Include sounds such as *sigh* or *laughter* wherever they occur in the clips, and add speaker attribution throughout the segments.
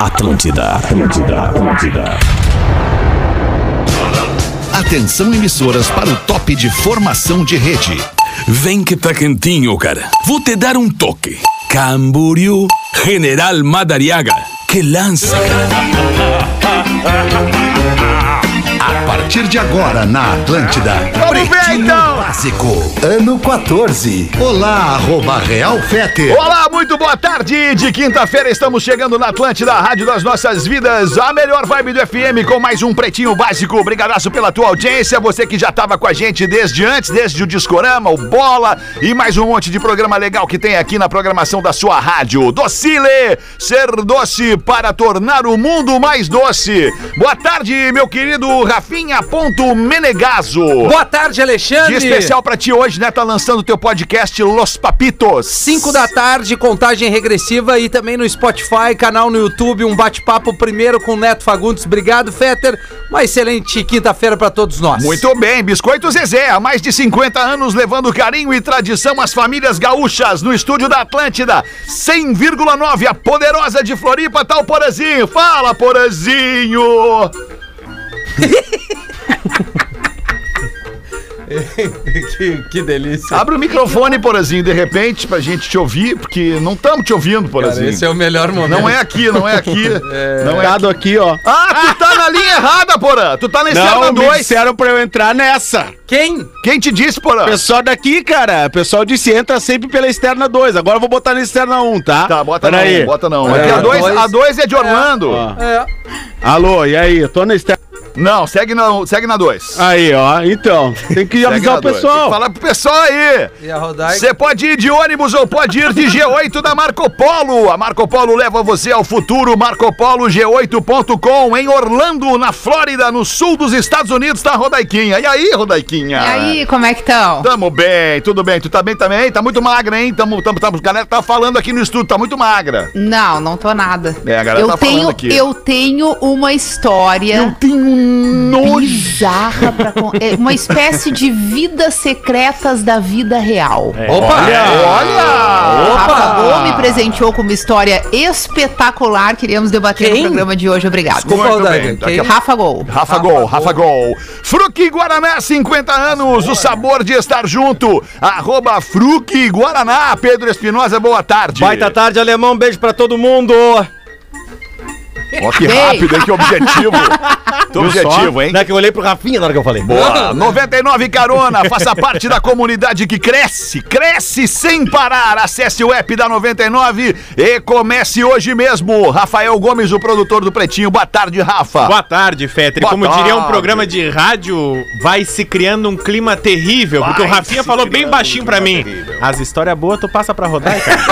Speaker 1: Atlântida, Atlântida, Atlântida.
Speaker 2: Atenção emissoras para o top de formação de rede.
Speaker 3: Vem que tá quentinho, cara. Vou te dar um toque. Camboriú, General Madariaga. Que lance!
Speaker 2: A partir de agora na Atlântida.
Speaker 4: Vamos ver, então.
Speaker 2: Básico, ano 14. Olá, arroba Real Fete.
Speaker 4: Olá, muito boa tarde. De quinta-feira estamos chegando na Atlântida, a rádio das nossas vidas, a melhor vibe do FM com mais um Pretinho Básico. Obrigadaço pela tua audiência, você que já estava com a gente desde antes, desde o Discorama, o Bola e mais um monte de programa legal que tem aqui na programação da sua rádio. Docile, ser doce para tornar o mundo mais doce. Boa tarde, meu querido Rafinha Ponto Menegaso.
Speaker 5: Boa tarde,
Speaker 4: Dia
Speaker 5: Alexandre.
Speaker 4: especial pra ti hoje, né? Tá lançando o teu podcast Los Papitos.
Speaker 5: 5 da tarde, contagem regressiva e também no Spotify, canal no YouTube, um bate-papo primeiro com o Neto Fagundes. Obrigado, Fetter. Uma excelente quinta-feira pra todos nós.
Speaker 4: Muito bem, Biscoito Zezé, há mais de 50 anos levando carinho e tradição às famílias gaúchas no estúdio da Atlântida. 100,9, a poderosa de Floripa, tá o Porazinho. Fala, Porazinho!
Speaker 5: *laughs* que, que delícia.
Speaker 4: Abre o microfone, Porazinho, de repente, pra gente te ouvir, porque não estamos te ouvindo, Porazinho.
Speaker 5: Esse é o melhor momento.
Speaker 4: Ah, Não é aqui, não é aqui. Não é aqui.
Speaker 6: Dado aqui, ó.
Speaker 4: Ah, tu tá na linha errada, Porã! Tu tá na
Speaker 6: Não,
Speaker 4: estrada
Speaker 6: me
Speaker 4: 2.
Speaker 6: disseram pra eu entrar nessa.
Speaker 4: é?
Speaker 5: Quem?
Speaker 4: Quem te disse, Porã?
Speaker 6: Pessoal daqui, cara. Pessoal disse, entra sempre pela externa 2. Agora eu vou botar na externa 1, um, tá?
Speaker 4: Tá, bota não,
Speaker 6: Peraí.
Speaker 4: bota não.
Speaker 6: É,
Speaker 4: Aqui a
Speaker 5: a
Speaker 4: 2
Speaker 5: dois-
Speaker 4: a dois é de Orlando.
Speaker 6: Ó.
Speaker 5: É.
Speaker 6: Alô, e aí? Eu tô na externa...
Speaker 4: Não, segue não, segue na 2.
Speaker 6: Aí, ó. Então, tem que avisar o pessoal.
Speaker 4: Fala pro pessoal aí.
Speaker 5: E a Rodaica?
Speaker 4: Você pode ir de ônibus ou pode ir de G8 da Marco Polo. A Marco Polo leva você ao futuro. MarcoPoloG8.com em Orlando, na Flórida, no sul dos Estados Unidos, tá, Rodaiquinha? E aí, Rodaiquinha?
Speaker 7: E aí, como é que estão?
Speaker 4: Tamo bem, tudo bem. Tu tá bem também? Tá muito magra, hein? Tamo, tamo, tamo. A galera tá falando aqui no estúdio, tá muito magra.
Speaker 7: Não, não tô nada.
Speaker 4: É, a galera
Speaker 7: eu
Speaker 4: tá falando
Speaker 7: tenho,
Speaker 4: aqui.
Speaker 7: Eu tenho uma história
Speaker 4: tenho um nojo.
Speaker 7: bizarra pra con- é Uma espécie de vidas secretas da vida real.
Speaker 4: É.
Speaker 5: Opa!
Speaker 4: Olha!
Speaker 7: A Pagô me presenteou com uma história espetacular. Queríamos debater
Speaker 5: Quem?
Speaker 7: no programa de hoje. Obrigado.
Speaker 5: Desculpa,
Speaker 4: Muito bem,
Speaker 5: Rodaica.
Speaker 4: daqui a
Speaker 5: Quem?
Speaker 7: Rafa Gol.
Speaker 4: Rafa Gol, Rafa Gol. Fruque Guaraná, 50 anos, o sabor de estar junto. Arroba Fruque Guaraná. Pedro Espinosa, boa tarde.
Speaker 8: Baita tarde, alemão. Beijo pra todo mundo.
Speaker 4: Ó, que rápido, hein? Que objetivo. que objetivo, hein?
Speaker 8: Não é que eu olhei pro Rafinha na hora que eu falei.
Speaker 4: Boa. 99 Carona, faça parte da comunidade que cresce, cresce sem parar. Acesse o app da 99 e comece hoje mesmo. Rafael Gomes, o produtor do Pretinho. Boa tarde, Rafa.
Speaker 9: Boa tarde, Fetri.
Speaker 4: Boa
Speaker 9: Como diria um
Speaker 4: tarde.
Speaker 9: programa de rádio, vai se criando um clima terrível, porque o
Speaker 4: Vai
Speaker 9: Rafinha
Speaker 4: se
Speaker 9: falou bem
Speaker 4: criando
Speaker 9: baixinho
Speaker 4: um
Speaker 9: pra
Speaker 4: clima
Speaker 9: mim.
Speaker 4: terrível.
Speaker 9: As histórias boas tu passa pra rodar, cara.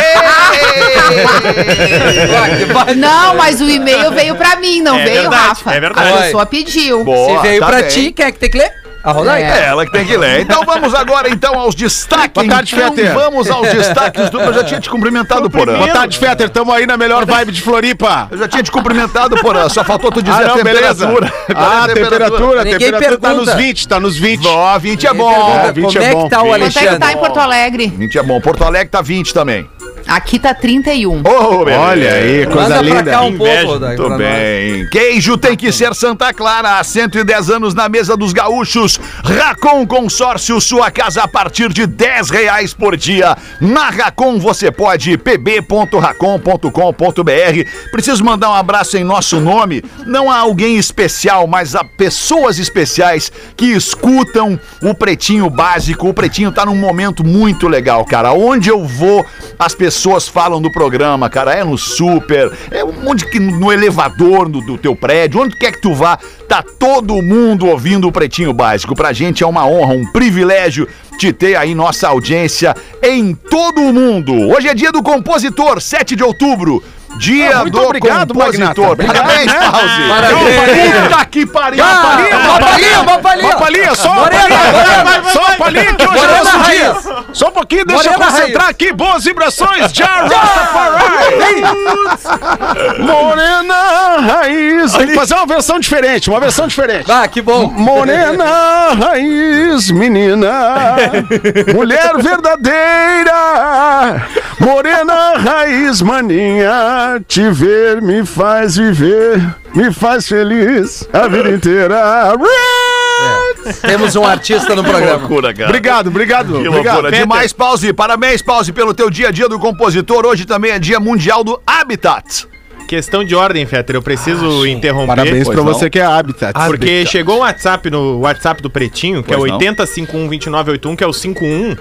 Speaker 5: é
Speaker 7: Não, mas o e-mail veio pra mim, não
Speaker 9: É
Speaker 7: veio,
Speaker 9: verdade,
Speaker 7: Rafa.
Speaker 9: é verdade.
Speaker 7: A pessoa pediu.
Speaker 4: Boa,
Speaker 5: Se veio
Speaker 4: tá
Speaker 5: pra
Speaker 4: bem.
Speaker 5: ti, quem é que tem que ler? A Rodaica.
Speaker 4: É ela que tem que ler. Então vamos agora então aos destaques.
Speaker 6: Boa tarde,
Speaker 4: então,
Speaker 6: Fetter.
Speaker 4: vamos
Speaker 6: *laughs*
Speaker 4: aos destaques do. Eu já tinha te cumprimentado, Porã.
Speaker 6: Boa tarde, Fetter. Tamo aí na melhor vibe de Floripa.
Speaker 4: Eu já tinha te cumprimentado, Porã. Só faltou tu dizer a temperatura. Qual é
Speaker 6: Ah, temperatura. A
Speaker 5: Ninguém
Speaker 6: temperatura tá
Speaker 5: pergunta.
Speaker 6: nos 20, tá nos 20.
Speaker 4: Ó, 20 é
Speaker 5: Quem pergunta
Speaker 4: bom.
Speaker 6: É, 20
Speaker 5: como
Speaker 6: é
Speaker 5: é,
Speaker 6: bom,
Speaker 5: que tá o
Speaker 6: filho.
Speaker 7: Quanto é que tá
Speaker 5: Alexandre?
Speaker 7: em Porto Alegre?
Speaker 4: 20 é bom. Porto Alegre tá 20 também.
Speaker 7: Aqui tá 31.
Speaker 4: Oh, beleza.
Speaker 6: Olha aí, coisa
Speaker 5: Manda pra
Speaker 6: linda.
Speaker 5: cá um
Speaker 9: Inveja,
Speaker 5: pouco, Rodaica.
Speaker 4: Muito
Speaker 5: pra nós.
Speaker 4: bem. Queijo tem que ser Santa Clara. Há 110 anos na mesa dos gaúchos. Racon Consórcio, sua casa a partir de 10 reais por dia. Na Racon você pode pb.racon.com.br. Preciso mandar um abraço em nosso nome. Não a alguém especial, mas a pessoas especiais que escutam o Pretinho Básico. O Pretinho tá num momento muito legal, cara. Onde eu vou, as pessoas falam do programa, cara. É no super, é onde que no elevador no- do teu prédio, onde quer que tu vá, tá todo mundo ouvindo o Pretinho Básico. Pra gente é uma honra, um privilégio te ter aí nossa audiência em todo o mundo. Hoje é dia do compositor, 7 de outubro. Dia
Speaker 6: Ah, muito
Speaker 4: do
Speaker 6: obrigado,
Speaker 4: compositor.
Speaker 6: Magnata. É,
Speaker 4: Parabéns, Pause.
Speaker 5: Parabéns.
Speaker 4: Puta que pariu.
Speaker 5: Ah, uma palhinha, uma palhinha.
Speaker 6: Uma palhinha, só uma
Speaker 5: Morena,
Speaker 6: palhinha.
Speaker 5: Morena.
Speaker 6: Só uma palhinha que hoje é
Speaker 5: Morena
Speaker 6: nosso
Speaker 5: Raiz.
Speaker 6: dia. Só um pouquinho, deixa eu
Speaker 5: Morena
Speaker 6: concentrar
Speaker 5: Raiz.
Speaker 6: aqui.
Speaker 5: *laughs*
Speaker 6: Boas vibrações. Já Rastafari. Morena Raiz. Mas tem que fazer uma versão diferente, uma versão diferente.
Speaker 5: Ah,
Speaker 4: *laughs*
Speaker 5: que bom.
Speaker 6: Morena, raiz, menina, mulher verdadeira, morena, raiz, maninha, te ver me faz viver, me faz feliz a vida inteira.
Speaker 5: Temos um artista no programa.
Speaker 6: Obrigado, obrigado.
Speaker 4: Que
Speaker 6: obrigado.
Speaker 4: loucura. Demais, Pause. Parabéns, Pause, pelo teu dia a dia do compositor. Hoje também é dia mundial do Habitat.
Speaker 9: Questão de ordem, Fetter, eu preciso
Speaker 4: Ah,
Speaker 9: interromper.
Speaker 6: Parabéns pra
Speaker 4: Pois não. Ah,
Speaker 6: você que é Habitat.
Speaker 9: Porque chegou um WhatsApp no WhatsApp do Pretinho, que
Speaker 4: Pois
Speaker 9: é
Speaker 4: não.
Speaker 9: 80512981, que é o 51,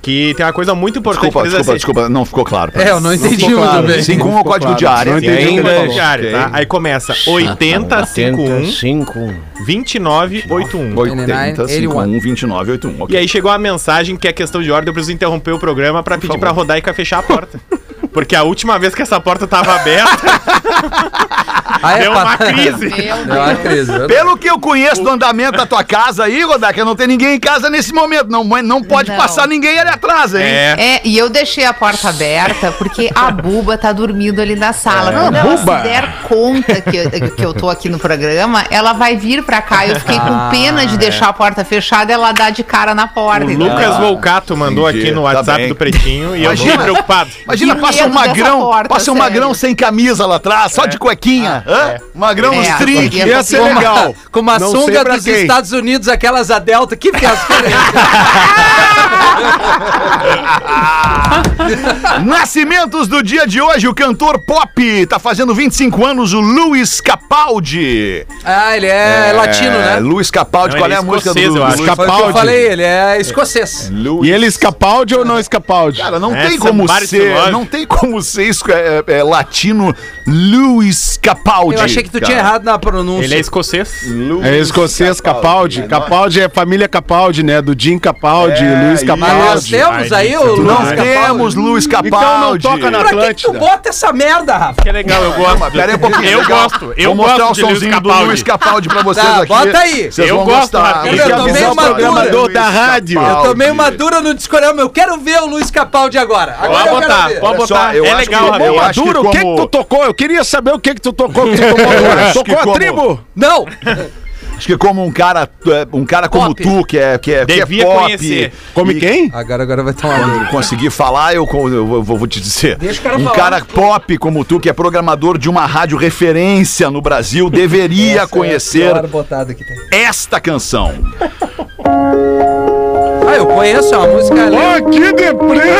Speaker 9: que tem uma coisa muito importante assim.
Speaker 4: Desculpa,
Speaker 9: que precisa
Speaker 4: desculpa,
Speaker 9: ser-
Speaker 4: desculpa. Não ficou claro.
Speaker 5: É, eu não entendi
Speaker 6: ficou
Speaker 5: muito
Speaker 6: claro.
Speaker 5: bem.
Speaker 6: Sim.
Speaker 4: 5 é o código
Speaker 6: claro.
Speaker 4: de área.
Speaker 6: Não
Speaker 9: E
Speaker 6: entendi o que ele
Speaker 9: ainda
Speaker 6: falou.
Speaker 9: diário, tá? Aí começa
Speaker 4: Ah,
Speaker 9: 8051 2981.
Speaker 4: 80, 51, 29, 81.
Speaker 9: E
Speaker 4: ok.
Speaker 9: aí chegou a mensagem que é questão de ordem, eu preciso interromper o programa pra pedir pra Rodaica fechar
Speaker 4: *laughs*
Speaker 9: a porta. Porque a última vez que essa porta tava aberta,
Speaker 5: Ah,
Speaker 9: deu uma
Speaker 5: pa-
Speaker 9: crise.
Speaker 5: *laughs*
Speaker 7: é um
Speaker 5: Deu uma crise. verdade.
Speaker 4: Pelo que eu conheço do andamento da tua casa aí, Rodaca, não tem ninguém em casa nesse momento. Não, mas não pode
Speaker 7: Não.
Speaker 4: passar ninguém ali atrás, hein?
Speaker 9: É.
Speaker 7: É, e eu deixei a porta aberta porque a Buba tá dormindo ali na sala. Quando ela
Speaker 6: Buba.
Speaker 7: se der conta que eu, que eu tô aqui no programa, ela vai vir pra cá. Eu fiquei com pena de deixar a porta fechada e ela dá de cara na porta.
Speaker 9: O
Speaker 7: entendeu?
Speaker 9: Lucas Volcato mandou
Speaker 4: Ah, Entendi,
Speaker 9: aqui no
Speaker 4: tá
Speaker 9: WhatsApp
Speaker 4: bem.
Speaker 9: do Pretinho e eu fiquei
Speaker 4: Imagina.
Speaker 9: preocupado.
Speaker 4: Imagina,
Speaker 7: Que
Speaker 4: passa um
Speaker 7: medo dessa
Speaker 4: magrão,
Speaker 7: porta,
Speaker 4: passa um
Speaker 7: sério.
Speaker 4: magrão sem camisa lá atrás, só de cuequinha. hã? Magrão
Speaker 7: É,
Speaker 4: nos
Speaker 7: a
Speaker 4: trinques.
Speaker 7: cuequinha
Speaker 4: Ia ser
Speaker 7: com-
Speaker 4: legal. *laughs*
Speaker 5: *laughs* Com uma
Speaker 6: Não sei
Speaker 5: sunga
Speaker 6: pra
Speaker 5: dos
Speaker 6: quem.
Speaker 5: Estados Unidos, aquelas a Delta. Que fiasco é esse?
Speaker 4: Nascimentos do dia de hoje, o cantor pop tá fazendo 25 anos, o Luiz Capaldi.
Speaker 5: Ah, ele é, latino, né?
Speaker 4: Luiz Capaldi,
Speaker 9: Não,
Speaker 4: qual é
Speaker 9: ele
Speaker 4: a
Speaker 9: é
Speaker 4: música do
Speaker 9: escocês, eu
Speaker 4: Luiz
Speaker 9: acho.
Speaker 5: Foi o que eu
Speaker 6: Capaldi.
Speaker 5: falei, ele é escocês.
Speaker 4: Luiz
Speaker 6: E ele escapalde ou não é escapalde?
Speaker 4: Cara, não
Speaker 9: É,
Speaker 4: tem como
Speaker 9: somebody to
Speaker 4: ser,
Speaker 9: love.
Speaker 4: não tem como ser isso, é, é, latino Luiz Capaldi.
Speaker 5: Eu achei que tu
Speaker 4: cara.
Speaker 5: tinha errado na pronúncia.
Speaker 9: Ele é escocês.
Speaker 4: Luiz
Speaker 6: É escocês Capaldi. Capaldi, é família Capaldi, né? Do Jim Capaldi,
Speaker 4: né? É,
Speaker 6: Luiz
Speaker 4: e-
Speaker 5: Mas nós
Speaker 6: Capaldi.
Speaker 5: temos
Speaker 9: Ai,
Speaker 5: aí o
Speaker 4: Não
Speaker 5: Luiz
Speaker 9: Capaldi.
Speaker 4: temos
Speaker 5: Capaldi.
Speaker 4: Luiz Capaldi.
Speaker 6: Então não toca na
Speaker 5: Pra que, que tu
Speaker 6: Atlântida.
Speaker 5: bota essa merda, Rafa?
Speaker 9: Que legal, eu
Speaker 4: Mas
Speaker 9: gosto.
Speaker 4: Pera aí um pouquinho.
Speaker 9: Eu
Speaker 4: legal.
Speaker 9: gosto. Eu
Speaker 4: Vou mostrar
Speaker 9: gosto
Speaker 4: o
Speaker 9: de Luiz
Speaker 4: somzinho do
Speaker 9: Capaldi.
Speaker 4: Luiz Capaldi pra vocês
Speaker 5: Tá,
Speaker 4: aqui.
Speaker 5: bota aí.
Speaker 4: Vocês
Speaker 9: Eu
Speaker 4: vão
Speaker 9: gosto,
Speaker 4: gostar.
Speaker 9: Rafinha.
Speaker 4: Tem que
Speaker 5: Eu tomei
Speaker 4: avisar o
Speaker 5: uma
Speaker 4: programador
Speaker 5: dura.
Speaker 4: Luiz
Speaker 6: da rádio.
Speaker 5: Eu
Speaker 4: Capaldi.
Speaker 5: tomei uma dura no Discorama. Eu quero ver o Luiz Capaldi agora. Agora
Speaker 9: Pode
Speaker 5: eu quero
Speaker 9: botar,
Speaker 5: ver.
Speaker 9: pode
Speaker 4: Olha só,
Speaker 9: botar.
Speaker 4: eu
Speaker 9: É
Speaker 4: acho que
Speaker 9: legal,
Speaker 4: como-
Speaker 9: Rafinha.
Speaker 4: eu
Speaker 6: Ô,
Speaker 4: acho que
Speaker 6: Maduro, o que,
Speaker 4: como-
Speaker 6: que tu tocou? Eu queria saber o que, que tu tocou. Que tu
Speaker 4: *laughs*
Speaker 6: tocou
Speaker 4: Eu acho
Speaker 6: tocou
Speaker 4: que
Speaker 6: a
Speaker 4: como-
Speaker 6: tribo?
Speaker 5: Não!
Speaker 4: Acho que como um cara, é, um cara como
Speaker 5: Pop.
Speaker 4: tu, que é, que é, que é
Speaker 9: Devia
Speaker 4: pop,
Speaker 9: conhecer.
Speaker 6: Come quem?
Speaker 5: Agora, agora vai tomar uma
Speaker 4: Quando conseguir falar, eu, con- eu vou- vou, vou te dizer.
Speaker 5: Deixa o cara
Speaker 4: um
Speaker 5: falar.
Speaker 4: cara pop como tu, que é programador de uma rádio referência no Brasil,
Speaker 5: é
Speaker 4: deveria conhecer
Speaker 5: botada que tem.
Speaker 4: esta canção.
Speaker 5: Ah, eu conheço é uma música ali.
Speaker 6: Ó, que deprê!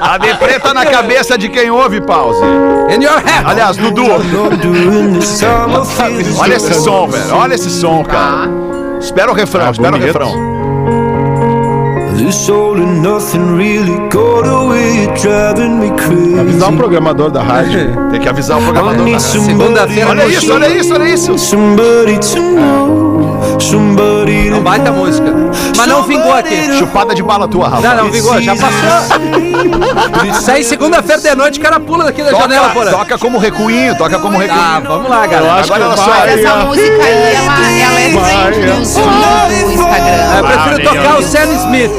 Speaker 4: A deprê tá na cabeça de quem ouve, pause.
Speaker 5: In your head.
Speaker 4: Aliás, Dudu. Olha esse som, velho. Olha esse som, cara. Espera o refrão, espera o
Speaker 6: Ah, bonito.
Speaker 4: refrão.
Speaker 6: Avisar um programador da rádio.
Speaker 4: *laughs* Tem que avisar o programador. né?
Speaker 5: Segunda-feira.
Speaker 4: Olha isso, olha isso, olha isso.
Speaker 5: Não baita música. Mas não vingou aqui.
Speaker 4: Chupada de bala tua, Rafa.
Speaker 5: Não, não vingou, já passou. Isso aí, segunda-feira de noite, o cara pula daqui da janela,
Speaker 4: Toca, um
Speaker 5: porra.
Speaker 4: toca como recuinho, toca como
Speaker 5: Ah,
Speaker 4: recuinho.
Speaker 5: vamos lá, galera.
Speaker 6: acho
Speaker 4: Agora
Speaker 6: que
Speaker 4: ela só.
Speaker 7: Mas essa música aí, ela, ela é
Speaker 6: Vai,
Speaker 7: sempre nos vídeos do Instagram.
Speaker 5: Eu prefiro
Speaker 9: Ah,
Speaker 5: tocar
Speaker 9: legal.
Speaker 5: o Sam Smith.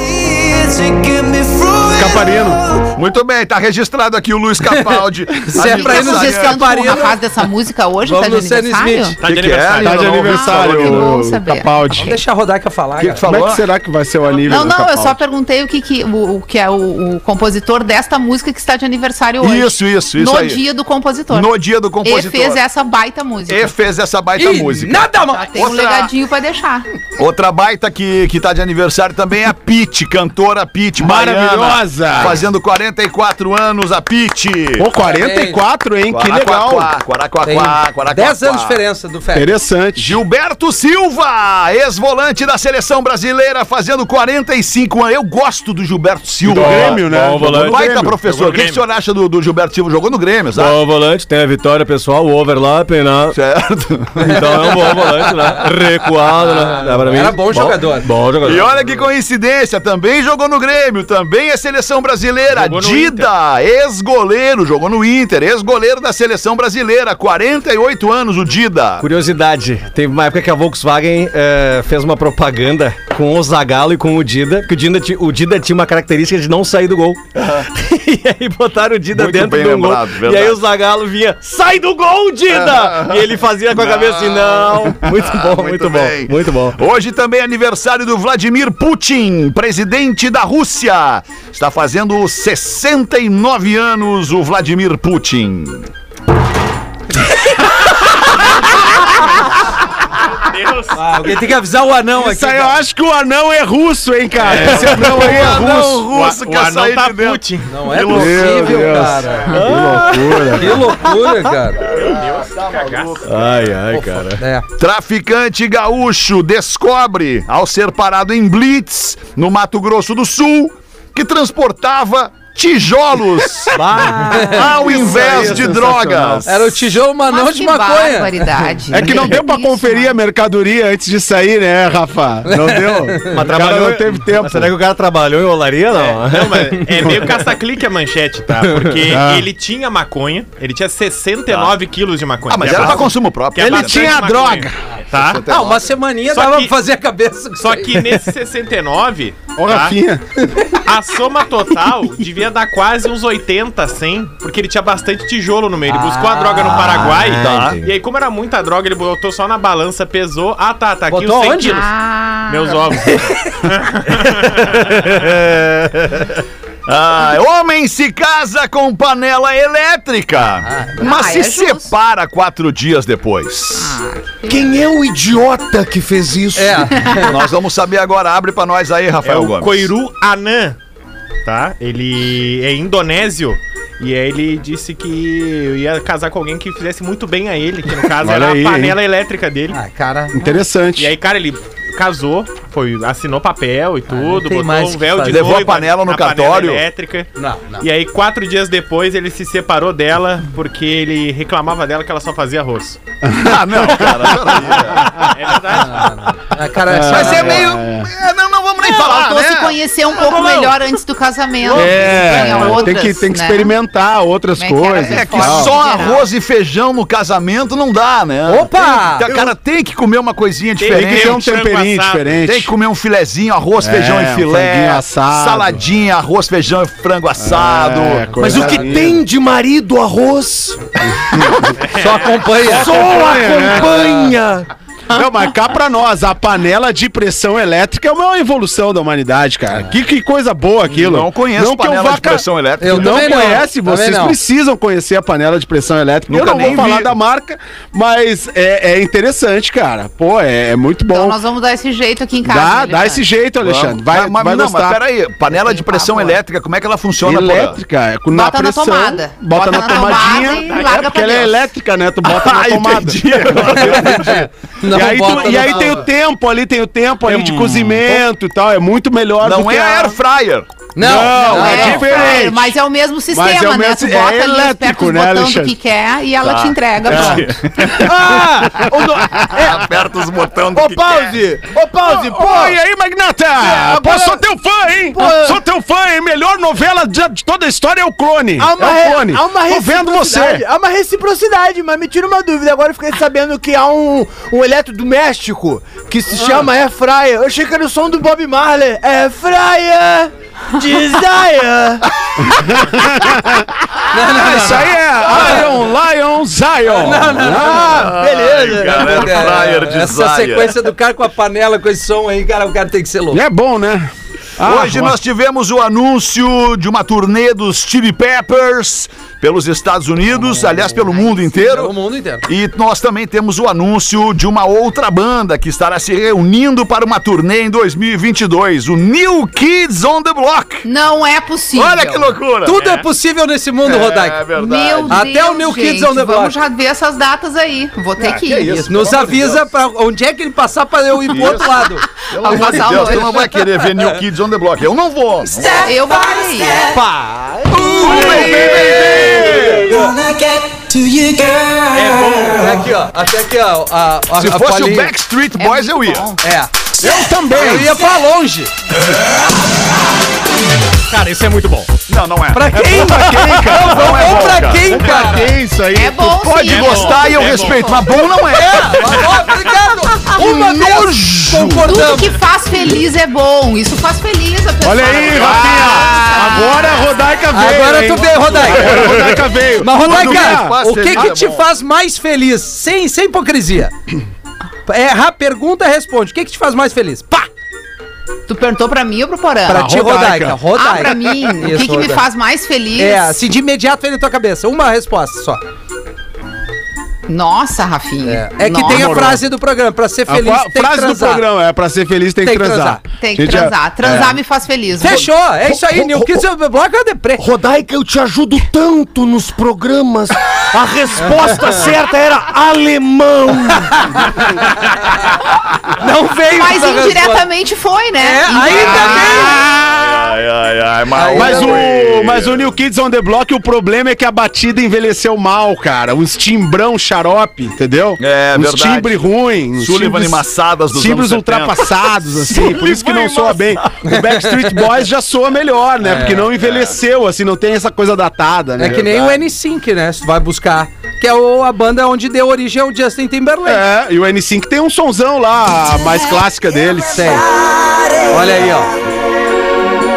Speaker 6: Caparino.
Speaker 4: Muito bem, tá registrado aqui o Luiz
Speaker 5: *laughs*
Speaker 4: Capaldi.
Speaker 5: Se é pra ir
Speaker 4: Aniversário.
Speaker 5: nos
Speaker 7: Vocês estão com o
Speaker 5: escaparino.
Speaker 7: rapaz dessa música hoje?
Speaker 5: Vamos
Speaker 7: tá
Speaker 5: no
Speaker 7: de
Speaker 5: Sam
Speaker 7: aniversário?
Speaker 5: Smith.
Speaker 9: Tá de
Speaker 4: Que que é?
Speaker 9: aniversário.
Speaker 6: Tá
Speaker 4: não,
Speaker 6: de
Speaker 7: que bom
Speaker 6: aniversário,
Speaker 7: saber.
Speaker 6: Capaldi.
Speaker 5: Deixa a Rodaica falar,
Speaker 4: que que
Speaker 5: cara.
Speaker 4: falou?
Speaker 6: Como é que será que vai ser o
Speaker 7: Não,
Speaker 6: aniversário?
Speaker 7: não, eu só perguntei o que, que, o, o que é o, o compositor desta música que está de aniversário hoje.
Speaker 4: Isso, isso, isso
Speaker 7: No
Speaker 4: aí.
Speaker 7: dia do compositor.
Speaker 4: No dia do
Speaker 7: E
Speaker 4: compositor.
Speaker 7: fez essa baita música.
Speaker 4: E fez essa baita
Speaker 5: E
Speaker 4: música.
Speaker 5: nada
Speaker 7: Ela
Speaker 5: mais.
Speaker 7: Tem um
Speaker 4: Outra-
Speaker 7: legadinho pra deixar.
Speaker 4: Outra baita que, que tá de aniversário também é a Pete, cantora Pete. baiana,
Speaker 6: Maravilhosa.
Speaker 4: Fazendo 44 anos, a Pete.
Speaker 6: Pô, 44, hein? Que
Speaker 4: né?
Speaker 6: legal.
Speaker 5: Tem
Speaker 4: Quaraquaquá, Quaraquaquá.
Speaker 5: 10 anos de diferença do Fé.
Speaker 6: Interessante.
Speaker 4: Gilberto Silva, ex-volante da seleção brasileira, fazendo 45 anos. Eu gosto do Gilberto Silva.
Speaker 6: Do Grêmio, né?
Speaker 4: Bom
Speaker 6: Jogou
Speaker 4: volante.
Speaker 6: no
Speaker 4: Baita,
Speaker 6: Grêmio.
Speaker 4: professor. O que, que o senhor acha do, do Gilberto Silva? Jogou no Grêmio, sabe?
Speaker 8: Bom volante, tem a vitória pessoal, o overlapping, né?
Speaker 4: Certo.
Speaker 8: Então é um bom volante, né? Recuado, né? Dá pra mim.
Speaker 5: Era bom jogador.
Speaker 8: Bom
Speaker 4: E
Speaker 8: jogador.
Speaker 4: olha que coincidência, também jogou no Grêmio, também é seleção brasileira.
Speaker 9: Jogou no
Speaker 4: Dida, ex-goleiro, jogou no Inter, ex-goleiro da seleção brasileira, 48 anos o Dida.
Speaker 8: Curiosidade, teve uma época que a Volkswagen eh, fez uma propaganda com o Zagallo e com o Dida, porque o Dida, ti- o Dida tinha uma característica de não sair do gol. *laughs* e aí botaram o Dida
Speaker 4: Muito
Speaker 8: dentro
Speaker 4: bem
Speaker 8: do
Speaker 4: lembrado,
Speaker 8: gol.
Speaker 4: verdade.
Speaker 8: E aí o Zagallo vinha, sai do gol, Dida! e ele fazia com a cabeça assim,
Speaker 4: *laughs*
Speaker 8: não. Muito bom, muito, bom,
Speaker 4: Ah, bem.
Speaker 8: muito bom.
Speaker 4: Hoje também é aniversário do Vladimir Putin, presidente da Rússia. Está fazendo 69 anos o Vladimir Putin.
Speaker 5: Ah, alguém tem que avisar o anão aqui.
Speaker 6: Isso aí eu acho que o anão é russo, hein, cara? Esse anão aí é russo.
Speaker 4: russo
Speaker 9: o anão tá Putin.
Speaker 5: Não é possível, cara. Que loucura, cara.
Speaker 8: Ai, ai, cara.
Speaker 5: É.
Speaker 4: Traficante gaúcho descobre, ao ser parado em Blitz, no Mato Grosso do Sul, que transportava tijolos ao invés de drogas.
Speaker 5: Era o tijolo manão
Speaker 7: Mas
Speaker 5: de
Speaker 7: que
Speaker 5: maconha.
Speaker 7: barbaridade.
Speaker 6: É que não deu pra
Speaker 7: Isso,
Speaker 6: conferir a
Speaker 7: mano.
Speaker 6: mercadoria antes de sair, né, Rafa? Não
Speaker 8: *laughs*
Speaker 6: deu? Mas
Speaker 8: trabalhou-
Speaker 6: não teve tempo.
Speaker 8: Mas será que o cara trabalhou em olaria, não?
Speaker 9: Não, mas é meio caça-clique a manchete, tá?
Speaker 4: *laughs*
Speaker 9: Porque
Speaker 4: Ah.
Speaker 9: ele tinha maconha, ele tinha 69 quilos de maconha.
Speaker 4: Ah, mas
Speaker 9: Que é
Speaker 4: era pra
Speaker 9: bastante-
Speaker 4: consumo próprio.
Speaker 9: que é
Speaker 6: Ele
Speaker 9: bastante
Speaker 6: tinha a
Speaker 9: maconha,
Speaker 6: droga.
Speaker 9: Tá?
Speaker 5: Ah, uma semaninha
Speaker 9: Só
Speaker 5: dava
Speaker 9: que-
Speaker 5: pra fazer a cabeça. com
Speaker 9: Só
Speaker 5: isso
Speaker 9: que
Speaker 5: aí.
Speaker 9: nesse 69,
Speaker 6: Ô,
Speaker 9: tá?
Speaker 6: Rafinha.
Speaker 9: a soma total devia dar quase uns 80, 100, porque ele tinha bastante tijolo no meio. Ele buscou a droga no Paraguai,
Speaker 8: tá.
Speaker 9: e aí como era muita droga, ele botou só na balança, pesou. Ah, tá, tá aqui
Speaker 5: Botou
Speaker 9: os 100
Speaker 5: onde?
Speaker 9: quilos.
Speaker 7: Ah,
Speaker 9: Meus ovos.
Speaker 4: Ah, homem se casa com panela elétrica, mas
Speaker 7: Ah,
Speaker 4: se
Speaker 7: é justo.
Speaker 4: separa quatro dias depois.
Speaker 6: Quem é o idiota que fez isso?
Speaker 5: É.
Speaker 4: Nós vamos saber agora. Abre pra nós aí,
Speaker 9: É
Speaker 4: Rafael
Speaker 9: o
Speaker 4: Gomes.
Speaker 9: Koiru Anan, tá? Ele é indonésio. E aí ele disse que ia casar com alguém que fizesse muito bem a ele, que no caso
Speaker 6: Olha
Speaker 9: era
Speaker 6: aí,
Speaker 9: a panela elétrica dele.
Speaker 5: Ah, cara.
Speaker 6: Interessante.
Speaker 9: E aí, cara, ele casou, foi, assinou papel e
Speaker 5: Ah, não
Speaker 9: tudo,
Speaker 5: tem
Speaker 9: botou
Speaker 5: mais
Speaker 9: um
Speaker 5: o que
Speaker 9: véu de
Speaker 5: fazer.
Speaker 4: Levou a
Speaker 9: noiva
Speaker 4: panela no
Speaker 9: na
Speaker 4: cartório.
Speaker 9: elétrica.
Speaker 5: Não, não.
Speaker 9: E aí, quatro dias depois, ele se separou dela porque ele reclamava dela que ela só fazia arroz.
Speaker 4: *laughs* Ah, não, cara.
Speaker 9: É verdade.
Speaker 5: Ah, cara,
Speaker 4: Mas
Speaker 5: essa
Speaker 4: é
Speaker 5: é meio.
Speaker 4: meio. é, não, não vamos nem falar,
Speaker 7: Faltou
Speaker 4: né?
Speaker 7: se conhecer um pouco melhor antes do casamento.
Speaker 6: É,
Speaker 7: Tinha
Speaker 6: tem
Speaker 7: outras,
Speaker 6: que, tem que
Speaker 7: né?
Speaker 6: experimentar outras
Speaker 7: Como é
Speaker 6: coisas.
Speaker 7: que era essa
Speaker 6: e
Speaker 4: É que
Speaker 7: Fora,
Speaker 4: só
Speaker 6: tal.
Speaker 7: em geral.
Speaker 4: arroz e feijão no casamento não dá, né?
Speaker 5: Opa!
Speaker 4: Tem, que- cara, tem que comer uma coisinha
Speaker 9: Tem
Speaker 6: Tem que
Speaker 4: diferente.
Speaker 6: ter um
Speaker 9: frango
Speaker 6: temperinho
Speaker 9: assado.
Speaker 6: diferente.
Speaker 4: Tem que comer um filezinho, arroz, feijão
Speaker 6: um
Speaker 4: e filé,
Speaker 6: franguinho assado.
Speaker 4: saladinha, arroz, feijão e frango assado.
Speaker 6: É,
Speaker 4: Mas
Speaker 6: coisa
Speaker 4: o que
Speaker 6: linda.
Speaker 8: tem de marido
Speaker 6: *laughs*
Speaker 8: arroz?
Speaker 5: Só acompanha.
Speaker 8: Só acompanha!
Speaker 6: Não, mas cá pra nós, a panela de pressão elétrica é uma evolução da humanidade, cara. Que, que coisa boa aquilo.
Speaker 4: não conheço
Speaker 6: não que eu
Speaker 4: panela
Speaker 6: vá
Speaker 4: de pressão elétrica.
Speaker 5: Eu
Speaker 6: não
Speaker 5: também não,
Speaker 6: conhece,
Speaker 5: também
Speaker 6: vocês
Speaker 5: não.
Speaker 6: precisam conhecer a panela de pressão elétrica.
Speaker 4: Nunca
Speaker 6: eu não vou
Speaker 4: nem
Speaker 6: falar
Speaker 4: vi.
Speaker 6: da marca, mas é, é interessante, cara. Pô, é, é muito bom.
Speaker 7: Então nós vamos dar esse jeito aqui em casa.
Speaker 6: dá,
Speaker 7: né,
Speaker 6: dá esse
Speaker 7: Alexandre?
Speaker 6: jeito, Alexandre. Vai,
Speaker 4: Ah, mas,
Speaker 6: vai
Speaker 4: não,
Speaker 6: gostar.
Speaker 4: mas peraí, panela
Speaker 7: Tem
Speaker 4: de pressão
Speaker 7: papo, né?
Speaker 4: elétrica, como é que ela funciona? Porã?
Speaker 6: elétrica, é, com- na
Speaker 7: Bota na
Speaker 6: pressão,
Speaker 7: tomada.
Speaker 6: bota, na, tomadinha,
Speaker 7: tomada e larga
Speaker 6: é porque
Speaker 7: pra
Speaker 6: ela é
Speaker 7: Deus.
Speaker 6: elétrica, né? Tu bota na
Speaker 4: *laughs* Ah,
Speaker 6: tomada.
Speaker 4: entendi. *laughs*
Speaker 5: Não
Speaker 6: e aí, tu-
Speaker 5: bota
Speaker 6: e
Speaker 5: no-
Speaker 6: aí tem o tempo ali, tem o tempo ali de cozimento e tal, é muito melhor do
Speaker 4: um Não
Speaker 6: que
Speaker 4: é
Speaker 6: a-
Speaker 4: air *laughs*
Speaker 6: *laughs*
Speaker 4: fryer.
Speaker 5: Não,
Speaker 6: Não,
Speaker 5: não,
Speaker 6: é
Speaker 5: não.
Speaker 7: É,
Speaker 6: diferente.
Speaker 7: Mas é o mesmo sistema,
Speaker 6: Mas é o
Speaker 7: né?
Speaker 6: mesmo-
Speaker 7: Tu
Speaker 6: é
Speaker 7: bota ali,
Speaker 6: elétrico,
Speaker 7: aperta
Speaker 6: né,
Speaker 7: os botão do
Speaker 6: Alexandre? Tá. É.
Speaker 7: que quer e ela te entrega. pronto.
Speaker 6: Ah! Ô, no...
Speaker 4: Aperta os botões do
Speaker 6: Ô,
Speaker 4: que
Speaker 6: Pause! Ô, Pause! Pô, e aí, Magnata?
Speaker 10: É,
Speaker 6: Pô, sou teu fã, hein? Sou teu fã, hein? Melhor novela de, de toda a história é o Clone.
Speaker 10: Há uma,
Speaker 6: é o
Speaker 10: re-
Speaker 6: Clone.
Speaker 10: há uma
Speaker 6: Tô vendo
Speaker 10: reciprocidade,
Speaker 6: você.
Speaker 10: Há uma reciprocidade, mas me tira uma dúvida. Agora eu fiquei sabendo que há um, um eletrodoméstico que se
Speaker 6: Ah.
Speaker 10: chama Air Fryer. Eu achei que era o som do Bob Marley. Air Fryer,
Speaker 6: *laughs*
Speaker 10: Desire.
Speaker 6: Ah, isso aí é Lion, Lion, Zion.
Speaker 10: ah, beleza.
Speaker 5: É, essa sequência do cara com a panela com esse som aí, cara, o cara tem que ser louco.
Speaker 6: E é bom, né? Ah,
Speaker 4: Hoje
Speaker 6: mas-
Speaker 4: nós tivemos o anúncio de uma turnê dos Chili Peppers pelos Estados Unidos, aliás, pelo mundo
Speaker 5: O
Speaker 4: inteiro.
Speaker 5: mundo inteiro.
Speaker 4: E nós também temos o anúncio de uma outra banda que estará se reunindo para uma turnê em 2022, o New Kids on the Block.
Speaker 7: Não é possível.
Speaker 4: Olha que loucura!
Speaker 5: Tudo é possível nesse mundo, Rodaico.
Speaker 7: Meu
Speaker 5: Até
Speaker 7: Deus,
Speaker 5: o New
Speaker 7: gente,
Speaker 5: Kids on the Block.
Speaker 7: Vamos já ver essas datas aí. Vou
Speaker 6: É,
Speaker 7: ter que ir.
Speaker 5: Isso, Nos avisa pra onde é que ele passar pra eu ir pro outro lado.
Speaker 4: Pelo amor de
Speaker 7: Almoçar
Speaker 4: Deus,
Speaker 7: hoje.
Speaker 4: tu não vai querer ver New Kids on the Block. Eu não vou.
Speaker 7: Eu vou ter que ir.
Speaker 5: Aqui, ó. Até aqui, ó. A, a,
Speaker 4: Se
Speaker 5: a
Speaker 4: fosse o
Speaker 5: palhinha.
Speaker 4: Backstreet Boys, eu ia.
Speaker 5: É.
Speaker 6: eu também.
Speaker 5: Eu ia pra longe.
Speaker 9: Cara, isso é muito bom.
Speaker 4: Não, não é.
Speaker 5: Pra quem? Pra quem, cara? Não,
Speaker 4: é
Speaker 5: é
Speaker 4: bom,
Speaker 5: pra
Speaker 4: cara.
Speaker 5: quem, cara?
Speaker 6: Que isso aí?
Speaker 7: É bom
Speaker 4: Pode
Speaker 7: sim, é bom.
Speaker 4: gostar e eu
Speaker 9: é bom.
Speaker 4: respeito, mas bom não é.
Speaker 5: Ó, Obrigado. Uma vez
Speaker 7: Tudo
Speaker 5: concordamos.
Speaker 7: que faz feliz é bom. Isso faz feliz a pessoa. Ah.
Speaker 6: Olha aí, Rafinha. Agora a Rodaica veio.
Speaker 5: Agora tu
Speaker 6: hein?
Speaker 5: vê, Rodaica.
Speaker 6: Agora a Rodaica veio.
Speaker 5: Mas, Rodaica,
Speaker 4: Quando
Speaker 5: o que
Speaker 4: faz
Speaker 5: que
Speaker 4: feliz,
Speaker 5: te
Speaker 4: é bom.
Speaker 5: faz mais feliz? Sem, sem hipocrisia. É, a pergunta responde. O que que te faz mais feliz? Pá!
Speaker 7: Tu perguntou pra mim ou pro Porã?
Speaker 5: Pra ti, Rodaica. Rodaica.
Speaker 7: Ah, pra mim. o
Speaker 5: Isso,
Speaker 7: que, que me
Speaker 5: Rodaica.
Speaker 7: faz mais feliz?
Speaker 5: É, assim, de imediato vem na tua cabeça. Uma resposta só.
Speaker 7: Nossa, Rafinha.
Speaker 5: É que
Speaker 7: Nossa.
Speaker 5: tem a frase do programa. Pra ser
Speaker 6: A
Speaker 5: feliz,
Speaker 6: fa-
Speaker 5: tem que
Speaker 6: frase do
Speaker 5: transar.
Speaker 6: programa é pra ser feliz tem,
Speaker 5: Tem
Speaker 6: que
Speaker 5: que
Speaker 6: transar.
Speaker 7: Tem que
Speaker 6: Gente, é-
Speaker 7: transar. Transar me faz feliz.
Speaker 5: Fechou. É isso aí,
Speaker 10: Ro-
Speaker 5: Nil.
Speaker 10: ro-
Speaker 5: Que seu bloco é deprê.
Speaker 10: Rodaica, eu te ajudo tanto nos programas. A
Speaker 4: *laughs*
Speaker 10: resposta certa era alemão. Não veio.
Speaker 7: Mas
Speaker 5: essa
Speaker 7: indiretamente foi, né?
Speaker 5: É, ainda bem.
Speaker 6: Ai, ai, ai, mas,
Speaker 5: Aí
Speaker 6: mas
Speaker 5: não
Speaker 6: o, mas o New Kids on the Block, o problema é que a batida envelheceu mal, cara. Uns timbrão xarope, entendeu?
Speaker 4: É,
Speaker 6: uns
Speaker 4: verdade.
Speaker 6: timbre ruim. uns
Speaker 4: Sullivan e Massadas dos
Speaker 6: Timbres
Speaker 4: anos 70.
Speaker 6: ultrapassados, assim. por isso que não soa bem. O Backstreet Boys já soa melhor, né? porque
Speaker 4: É.
Speaker 6: não envelheceu, assim, não tem essa coisa datada, né?
Speaker 5: É que nem o N5, né? Se tu vai buscar. Que é o- a banda onde deu origem ao Justin Timberlake.
Speaker 6: É, e o N5 tem um sonzão lá, a mais clássica deles.
Speaker 5: Sei. Olha aí, ó.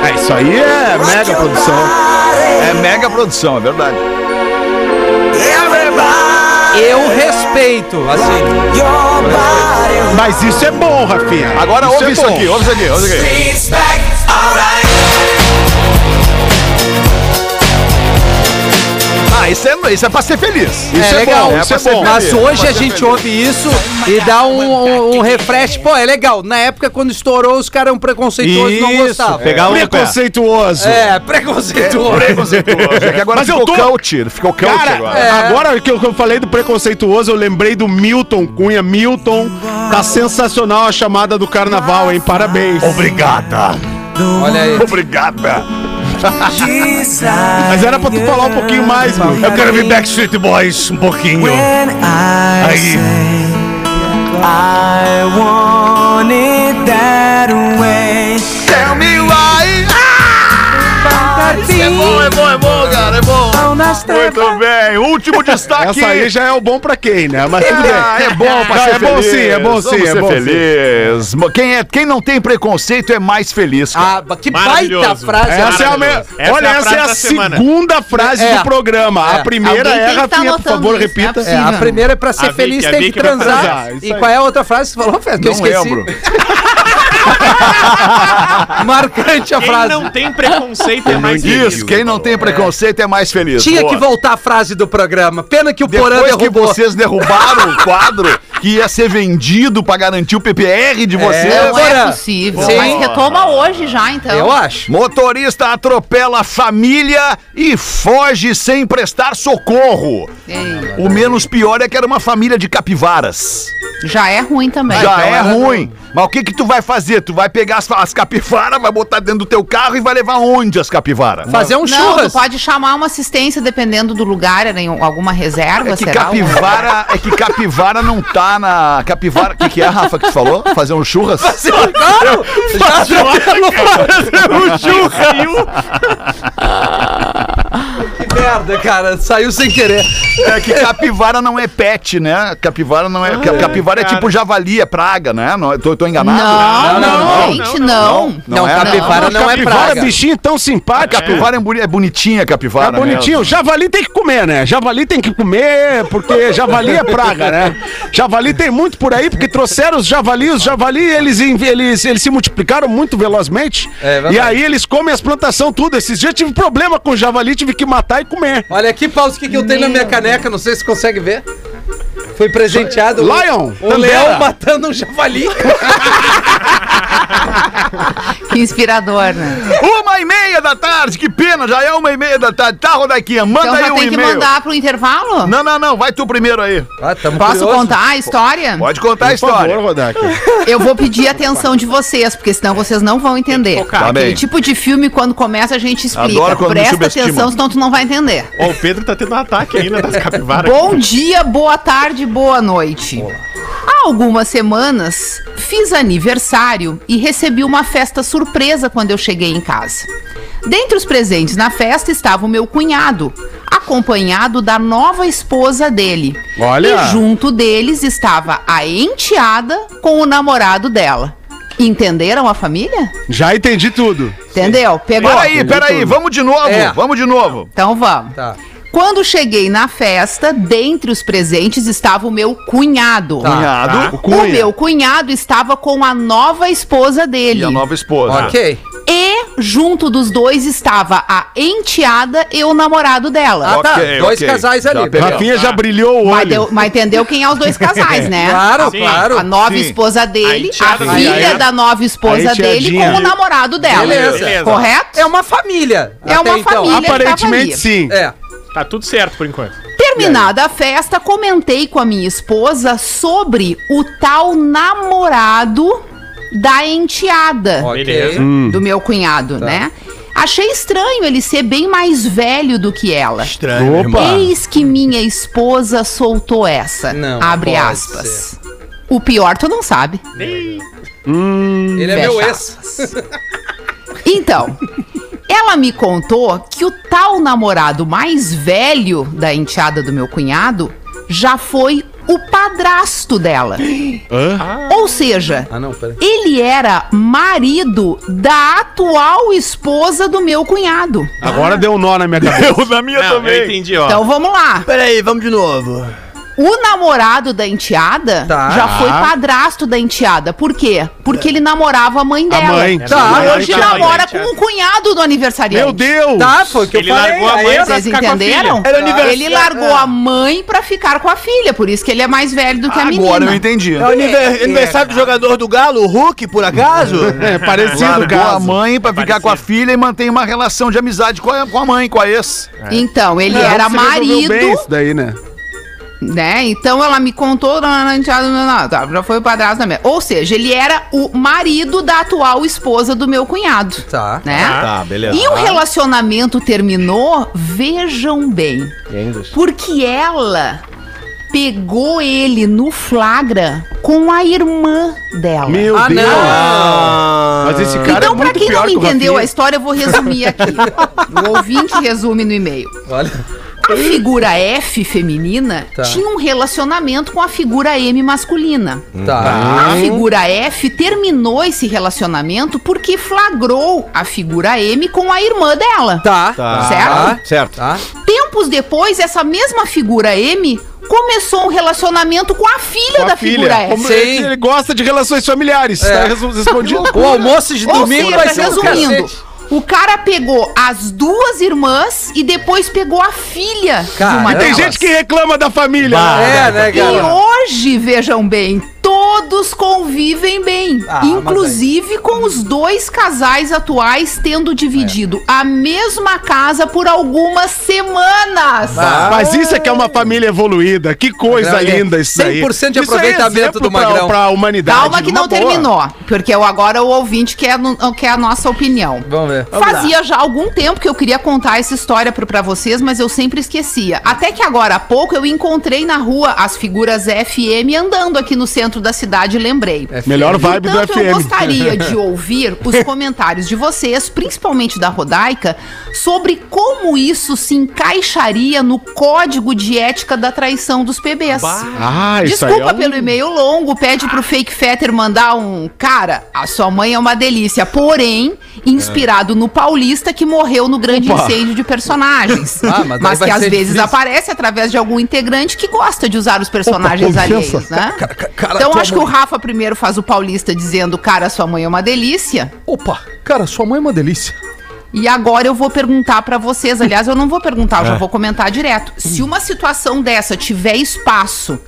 Speaker 6: É, isso aí é mega produção.
Speaker 4: É mega produção, é verdade.
Speaker 5: Eu respeito, assim.
Speaker 6: Mas isso é bom, Rafinha.
Speaker 4: Agora ouve
Speaker 6: é
Speaker 4: isso
Speaker 6: bom.
Speaker 4: aqui, ouve isso aqui, ouve isso aqui. Ah, isso é, isso é pra ser feliz.
Speaker 6: Isso é,
Speaker 5: legal,
Speaker 6: bom,
Speaker 4: é
Speaker 6: isso é
Speaker 4: pra ser
Speaker 6: bom.
Speaker 5: Mas
Speaker 4: feliz,
Speaker 5: hoje a
Speaker 4: mas é
Speaker 5: gente
Speaker 4: feliz.
Speaker 5: ouve isso e dá um, um- um refresh. Pô, é legal. Na época, quando estourou, os caras eram preconceituosos e não gostavam.
Speaker 9: Pegar um
Speaker 6: É Preconceituoso.
Speaker 5: É, preconceituoso.
Speaker 4: É que agora
Speaker 6: Mas eu
Speaker 4: ficou
Speaker 6: tô-
Speaker 4: coach, ficou coach
Speaker 6: Cara,
Speaker 4: agora.
Speaker 6: é. agora que eu que eu falei do preconceituoso, eu lembrei do Milton Cunha. Milton, tá sensacional a chamada do carnaval, hein? Parabéns.
Speaker 4: Obrigada,
Speaker 5: Olha aí.
Speaker 4: obrigada.
Speaker 6: Mas era pra tu falar um pouquinho mais, meu.
Speaker 4: Eu quero ver Backstreet Boys um pouquinho. Aí. Tell me why. É bom, é bom, é bom, cara, é bom. Muito bem, último destaque.
Speaker 6: É Essa aí já é o bom pra quem, né? Mas tudo bem.
Speaker 4: Ah, é bom pra
Speaker 6: Não,
Speaker 4: ser
Speaker 6: é bom
Speaker 4: feliz.
Speaker 6: sim, é bom
Speaker 4: Vamos
Speaker 6: sim, é
Speaker 4: ser
Speaker 6: bom sim.
Speaker 4: feliz. Quem, é, quem não tem preconceito é mais feliz. cara.
Speaker 5: Ah, que baita
Speaker 9: Maravilhoso.
Speaker 5: frase.
Speaker 6: Essa é a me...
Speaker 9: Maravilhoso. Essa
Speaker 6: Olha,
Speaker 9: é a
Speaker 6: essa
Speaker 9: frase
Speaker 6: é a
Speaker 9: da semana.
Speaker 6: segunda frase
Speaker 5: É.
Speaker 6: do programa.
Speaker 5: É.
Speaker 6: A primeira
Speaker 7: Alguém
Speaker 6: é,
Speaker 7: tem que tá
Speaker 6: Rafinha, por
Speaker 7: anotando
Speaker 6: favor,
Speaker 7: isso,
Speaker 6: repita.
Speaker 7: né?
Speaker 5: É, a primeira é pra ser
Speaker 9: A
Speaker 5: feliz,
Speaker 9: Vicky, a
Speaker 5: tem que
Speaker 9: Vicky vai
Speaker 5: transar.
Speaker 6: transar, isso
Speaker 5: E
Speaker 6: aí.
Speaker 5: qual é a outra frase que você falou, Fred? Que eu
Speaker 4: Não
Speaker 5: esqueci.
Speaker 4: lembro.
Speaker 5: Marcante a
Speaker 9: Quem
Speaker 5: frase.
Speaker 9: não tem preconceito é mais
Speaker 4: Isso, quem não tem preconceito é mais feliz.
Speaker 5: Tinha
Speaker 4: Boa.
Speaker 5: que voltar a frase do programa. Pena que o Porã
Speaker 4: Depois que
Speaker 5: derrubou.
Speaker 4: vocês derrubaram o quadro que ia ser vendido pra garantir o PPR de vocês.
Speaker 7: Não
Speaker 5: Agora-
Speaker 7: é possível.
Speaker 5: Sim.
Speaker 7: Mas retoma hoje já, então.
Speaker 5: Eu acho.
Speaker 4: Motorista atropela a família e foge sem prestar socorro.
Speaker 7: Ei,
Speaker 4: O menos pior é que era uma família de capivaras.
Speaker 7: já é ruim também.
Speaker 4: Já é ruim. Mas o que que tu vai fazer? Tu vai pegar as, as capivaras, vai botar dentro do teu carro e vai levar onde as capivaras?
Speaker 5: Fazer um
Speaker 7: Não,
Speaker 5: churras.
Speaker 7: tu pode chamar uma assistência dependendo do lugar, era em alguma reserva,
Speaker 4: É que
Speaker 7: será? um
Speaker 4: capivara, é que capivara não tá na capivara. O que, que é, Rafa, que tu falou? Fazer um churras?
Speaker 5: Claro!
Speaker 4: *laughs*
Speaker 5: Já atropelou. Que merda, cara. Saiu sem querer.
Speaker 4: É que capivara não é pet, né? Capivara não é. ca- capivara é
Speaker 9: cara.
Speaker 4: tipo javali, é praga, né? Não, eu tô, eu tô enganado?
Speaker 7: Não, não,
Speaker 9: não,
Speaker 7: gente, não.
Speaker 4: Não, é
Speaker 5: capivara não, é
Speaker 6: Capivara,
Speaker 5: praga.
Speaker 6: bichinho tão simpático.
Speaker 4: Capivara é, boni- é bonitinha, capivara.
Speaker 6: Tá
Speaker 4: né?
Speaker 6: bonitinho. Javali tem que comer, né? Javali tem que comer, porque javali é praga, né? Javali tem muito por aí, porque trouxeram os javalis. Os javali, eles, em- eles, eles se multiplicaram muito velozmente.
Speaker 5: É verdade.
Speaker 6: e aí eles comem as plantações tudo. Esses dias eu tive problema com o javali, tive que matar e comer.
Speaker 5: Olha aqui, Paulo, o que, que eu tenho na minha caneca. Não sei se consegue ver. Fui presenteado.
Speaker 6: Lion,
Speaker 5: Um
Speaker 6: Tandera.
Speaker 5: leão matando um javali.
Speaker 7: Que inspirador, né?
Speaker 4: Uma e meia da tarde, que pena, já é uma e meia da tarde. Tá, Rodaquinha, manda
Speaker 7: Então
Speaker 4: aí
Speaker 7: já
Speaker 4: um
Speaker 7: tem que
Speaker 4: e-mail.
Speaker 7: mandar pro intervalo?
Speaker 4: Não, não, não, vai tu primeiro aí.
Speaker 5: Ah, tamo
Speaker 7: Posso
Speaker 5: curioso.
Speaker 7: contar a história?
Speaker 4: Pode contar a
Speaker 6: Por
Speaker 4: história.
Speaker 6: favor, Rodak.
Speaker 7: Eu vou pedir a atenção de vocês, porque senão vocês não vão entender.
Speaker 4: Tá
Speaker 7: Aquele
Speaker 4: bem.
Speaker 7: tipo de filme, quando começa, a gente explica.
Speaker 4: Adoro quando me
Speaker 7: Presta
Speaker 4: subestimam.
Speaker 7: atenção, senão tu não vai entender.
Speaker 9: Ó, o Pedro tá tendo um ataque ainda das *laughs* capivaras.
Speaker 7: Bom dia, boa tarde, boa noite. Há algumas semanas fiz aniversário e recebi uma festa surpresa quando eu cheguei em casa. Dentre os presentes na festa estava o meu cunhado, acompanhado da nova esposa dele.
Speaker 6: Olha.
Speaker 7: E junto deles estava a enteada com o namorado dela. Entenderam a família?
Speaker 6: Já entendi tudo.
Speaker 7: Entendeu? Pegou?
Speaker 4: Peraí, peraí, vamos de novo,
Speaker 5: É.
Speaker 4: vamos de novo.
Speaker 7: Então vamos.
Speaker 5: Tá.
Speaker 7: Quando cheguei na festa, dentre os presentes estava o meu cunhado.
Speaker 4: Tá. Cunhado
Speaker 7: O meu cunhado estava com a nova esposa dele.
Speaker 4: e a nova esposa.
Speaker 5: Ok.
Speaker 7: E junto dos dois estava a enteada e o namorado
Speaker 5: Ah,
Speaker 7: dela.
Speaker 5: tá.
Speaker 4: Ok,
Speaker 5: Dois
Speaker 4: ok.
Speaker 5: casais
Speaker 4: Já
Speaker 5: ali.
Speaker 4: peguei.
Speaker 6: Rafinha já brilhou o
Speaker 7: Mas,
Speaker 6: olho.
Speaker 7: deu- mas entendeu quem é os dois casais, né?
Speaker 5: Claro,
Speaker 9: Sim.
Speaker 5: claro.
Speaker 7: A nova
Speaker 4: Sim.
Speaker 7: esposa dele,
Speaker 9: A
Speaker 7: a,
Speaker 9: enteada
Speaker 7: filha
Speaker 9: dele.
Speaker 7: da nova esposa
Speaker 6: A
Speaker 7: dele
Speaker 6: enteadinha.
Speaker 7: com o namorado dela.
Speaker 5: Beleza. então.
Speaker 9: Beleza.
Speaker 7: Correto?
Speaker 5: É uma família.
Speaker 7: É uma família. ele tava
Speaker 6: Aparentemente
Speaker 7: ali.
Speaker 6: sim.
Speaker 5: É.
Speaker 9: Tá tudo certo por enquanto.
Speaker 7: Terminada a festa, comentei com a minha esposa sobre o tal namorado da enteada.
Speaker 5: Ok.
Speaker 9: Beleza.
Speaker 7: do meu cunhado,
Speaker 5: Tá.
Speaker 7: né? Achei estranho ele ser bem mais velho do que ela.
Speaker 10: Estranho.
Speaker 7: Eis que minha esposa soltou essa.
Speaker 5: Não,
Speaker 7: abre
Speaker 5: pode
Speaker 7: aspas. O pior tu não sabe.
Speaker 5: Ele é meu
Speaker 7: Fecha
Speaker 5: ex.
Speaker 7: *laughs* Então, ela me contou que o tal namorado mais velho da enteada do meu cunhado já foi o padrasto dela. Ou seja,
Speaker 5: Ah, não, peraí.
Speaker 7: ele era marido da atual esposa do meu cunhado.
Speaker 6: Agora deu um nó na minha cabeça.
Speaker 4: Eu na minha
Speaker 9: Não, eu entendi, ó.
Speaker 7: Então vamos lá.
Speaker 10: Peraí, vamos de novo.
Speaker 7: O namorado da enteada
Speaker 5: Tá.
Speaker 7: já foi padrasto da enteada. Por quê? Porque ele namorava a mãe dela.
Speaker 4: É
Speaker 6: mãe.
Speaker 5: Tá,
Speaker 7: E hoje
Speaker 9: a mãe né, da
Speaker 7: namora com
Speaker 9: enteada.
Speaker 7: o cunhado do aniversariante.
Speaker 6: Meu Deus!
Speaker 5: Tá, foi o que
Speaker 9: Ele
Speaker 5: eu falei.
Speaker 9: largou a
Speaker 5: aí
Speaker 9: mãe
Speaker 5: é-
Speaker 9: pra
Speaker 7: Vocês
Speaker 9: ficar com a
Speaker 7: entenderam?
Speaker 9: filha.
Speaker 10: Era aniversário.
Speaker 7: Ele largou a mãe pra ficar com a filha, por isso que ele é mais velho do que a menina.
Speaker 4: Agora eu entendi.
Speaker 10: É o aniver- aniversário do jogador do Galo, o Hulk, por acaso?
Speaker 6: É parecido,
Speaker 4: Largou a
Speaker 6: cara. É
Speaker 4: mãe pra ficar com a filha e mantém uma relação de amizade com a, com a mãe, com a ex.
Speaker 7: Então, ele
Speaker 6: Não,
Speaker 7: era
Speaker 6: você resolveu
Speaker 7: marido,
Speaker 6: bem isso daí, né?
Speaker 7: né? Então ela me contou, não, não, não, não, não, tá, já foi o padrasto da minha. Ou seja, ele era o marido da atual esposa do meu cunhado.
Speaker 5: Tá.
Speaker 7: Né?
Speaker 6: Ah,
Speaker 9: Tá,
Speaker 4: beleza.
Speaker 7: E o relacionamento terminou, vejam bem, porque ela pegou ele no flagra com a irmã dela.
Speaker 6: Meu
Speaker 5: Ah,
Speaker 6: Deus!
Speaker 5: não.
Speaker 6: Mas esse cara
Speaker 7: então,
Speaker 6: é
Speaker 7: pra
Speaker 6: muito
Speaker 7: quem não
Speaker 6: pior que o
Speaker 7: entendeu a
Speaker 6: Rafinha.
Speaker 7: história, eu vou resumir aqui.
Speaker 6: *laughs*
Speaker 7: o ouvinte resume no e-mail.
Speaker 5: Olha.
Speaker 7: A figura F feminina
Speaker 5: Tá.
Speaker 7: tinha um relacionamento com a figura M masculina.
Speaker 6: Hum.
Speaker 5: Tá.
Speaker 6: Ah.
Speaker 7: A figura F terminou esse relacionamento porque flagrou a figura M com a irmã dela.
Speaker 5: Tá.
Speaker 7: Certo?
Speaker 5: Certo. Tá.
Speaker 7: Tempos depois, essa mesma figura M começou um relacionamento com a filha
Speaker 6: Com a
Speaker 7: da figura
Speaker 6: filha.
Speaker 7: S.
Speaker 6: Como
Speaker 5: Sim.
Speaker 6: ele, ele gosta de relações familiares.
Speaker 5: É.
Speaker 6: Tá resu- respondido.
Speaker 4: *laughs*
Speaker 5: O almoço de
Speaker 7: Ou
Speaker 5: domingo
Speaker 6: tá
Speaker 5: vai
Speaker 7: seja,
Speaker 5: ser um
Speaker 7: resumindo,
Speaker 5: cacete.
Speaker 7: o cara pegou as duas irmãs e depois pegou a filha de uma
Speaker 5: Caramba.
Speaker 6: Tem
Speaker 7: delas.
Speaker 6: gente que reclama da família.
Speaker 5: É, né,
Speaker 7: E
Speaker 5: cara?
Speaker 7: hoje, vejam bem, todos convivem bem.
Speaker 5: Ah,
Speaker 7: inclusive com os dois casais atuais tendo
Speaker 5: É.
Speaker 7: dividido a mesma casa por algumas semanas.
Speaker 4: Tá.
Speaker 6: Mas isso é que é uma família evoluída. Que coisa
Speaker 5: Magrão, é
Speaker 6: linda isso aí.
Speaker 5: 100% de
Speaker 6: Isso é
Speaker 5: aproveitamento
Speaker 6: exemplo
Speaker 5: do
Speaker 6: pra-
Speaker 5: Magrão.
Speaker 6: Pra humanidade.
Speaker 7: Calma que
Speaker 6: numa
Speaker 7: não
Speaker 6: boa.
Speaker 7: terminou, porque eu, agora o ouvinte quer, no- quer a nossa opinião.
Speaker 5: Vamos ver.
Speaker 7: Fazia já algum tempo que eu queria contar essa história pro- pra vocês, mas eu sempre esquecia. Até que agora há pouco eu encontrei na rua as figuras FM andando aqui no centro da cidade, e lembrei.
Speaker 5: É
Speaker 6: Melhor É vibe do
Speaker 7: Portanto, Então tá, eu
Speaker 6: FM.
Speaker 7: gostaria
Speaker 6: *laughs*
Speaker 7: de ouvir os comentários de vocês, principalmente da Rodaica, sobre como isso se encaixaria no código de ética da traição dos PBs.
Speaker 6: Ah, isso aí.
Speaker 5: é um
Speaker 7: Desculpa pelo e-mail longo, pede pro Fake Fetter mandar um. Cara, a sua mãe é uma delícia. Porém, inspirado no paulista que morreu no grande incêndio de personagens.
Speaker 5: *laughs* Ah, mas
Speaker 7: mas
Speaker 5: daí vai
Speaker 7: que às
Speaker 5: ser
Speaker 7: vezes
Speaker 5: difícil.
Speaker 7: aparece através de algum integrante que gosta de usar os personagens alheios, né? então acho que o Rafa primeiro faz o paulista dizendo, cara, sua mãe é uma delícia.
Speaker 5: Opa, cara, sua mãe é uma delícia.
Speaker 7: E agora eu vou perguntar pra vocês, aliás, eu não vou perguntar, eu já vou comentar direto. Se uma situação dessa tiver espaço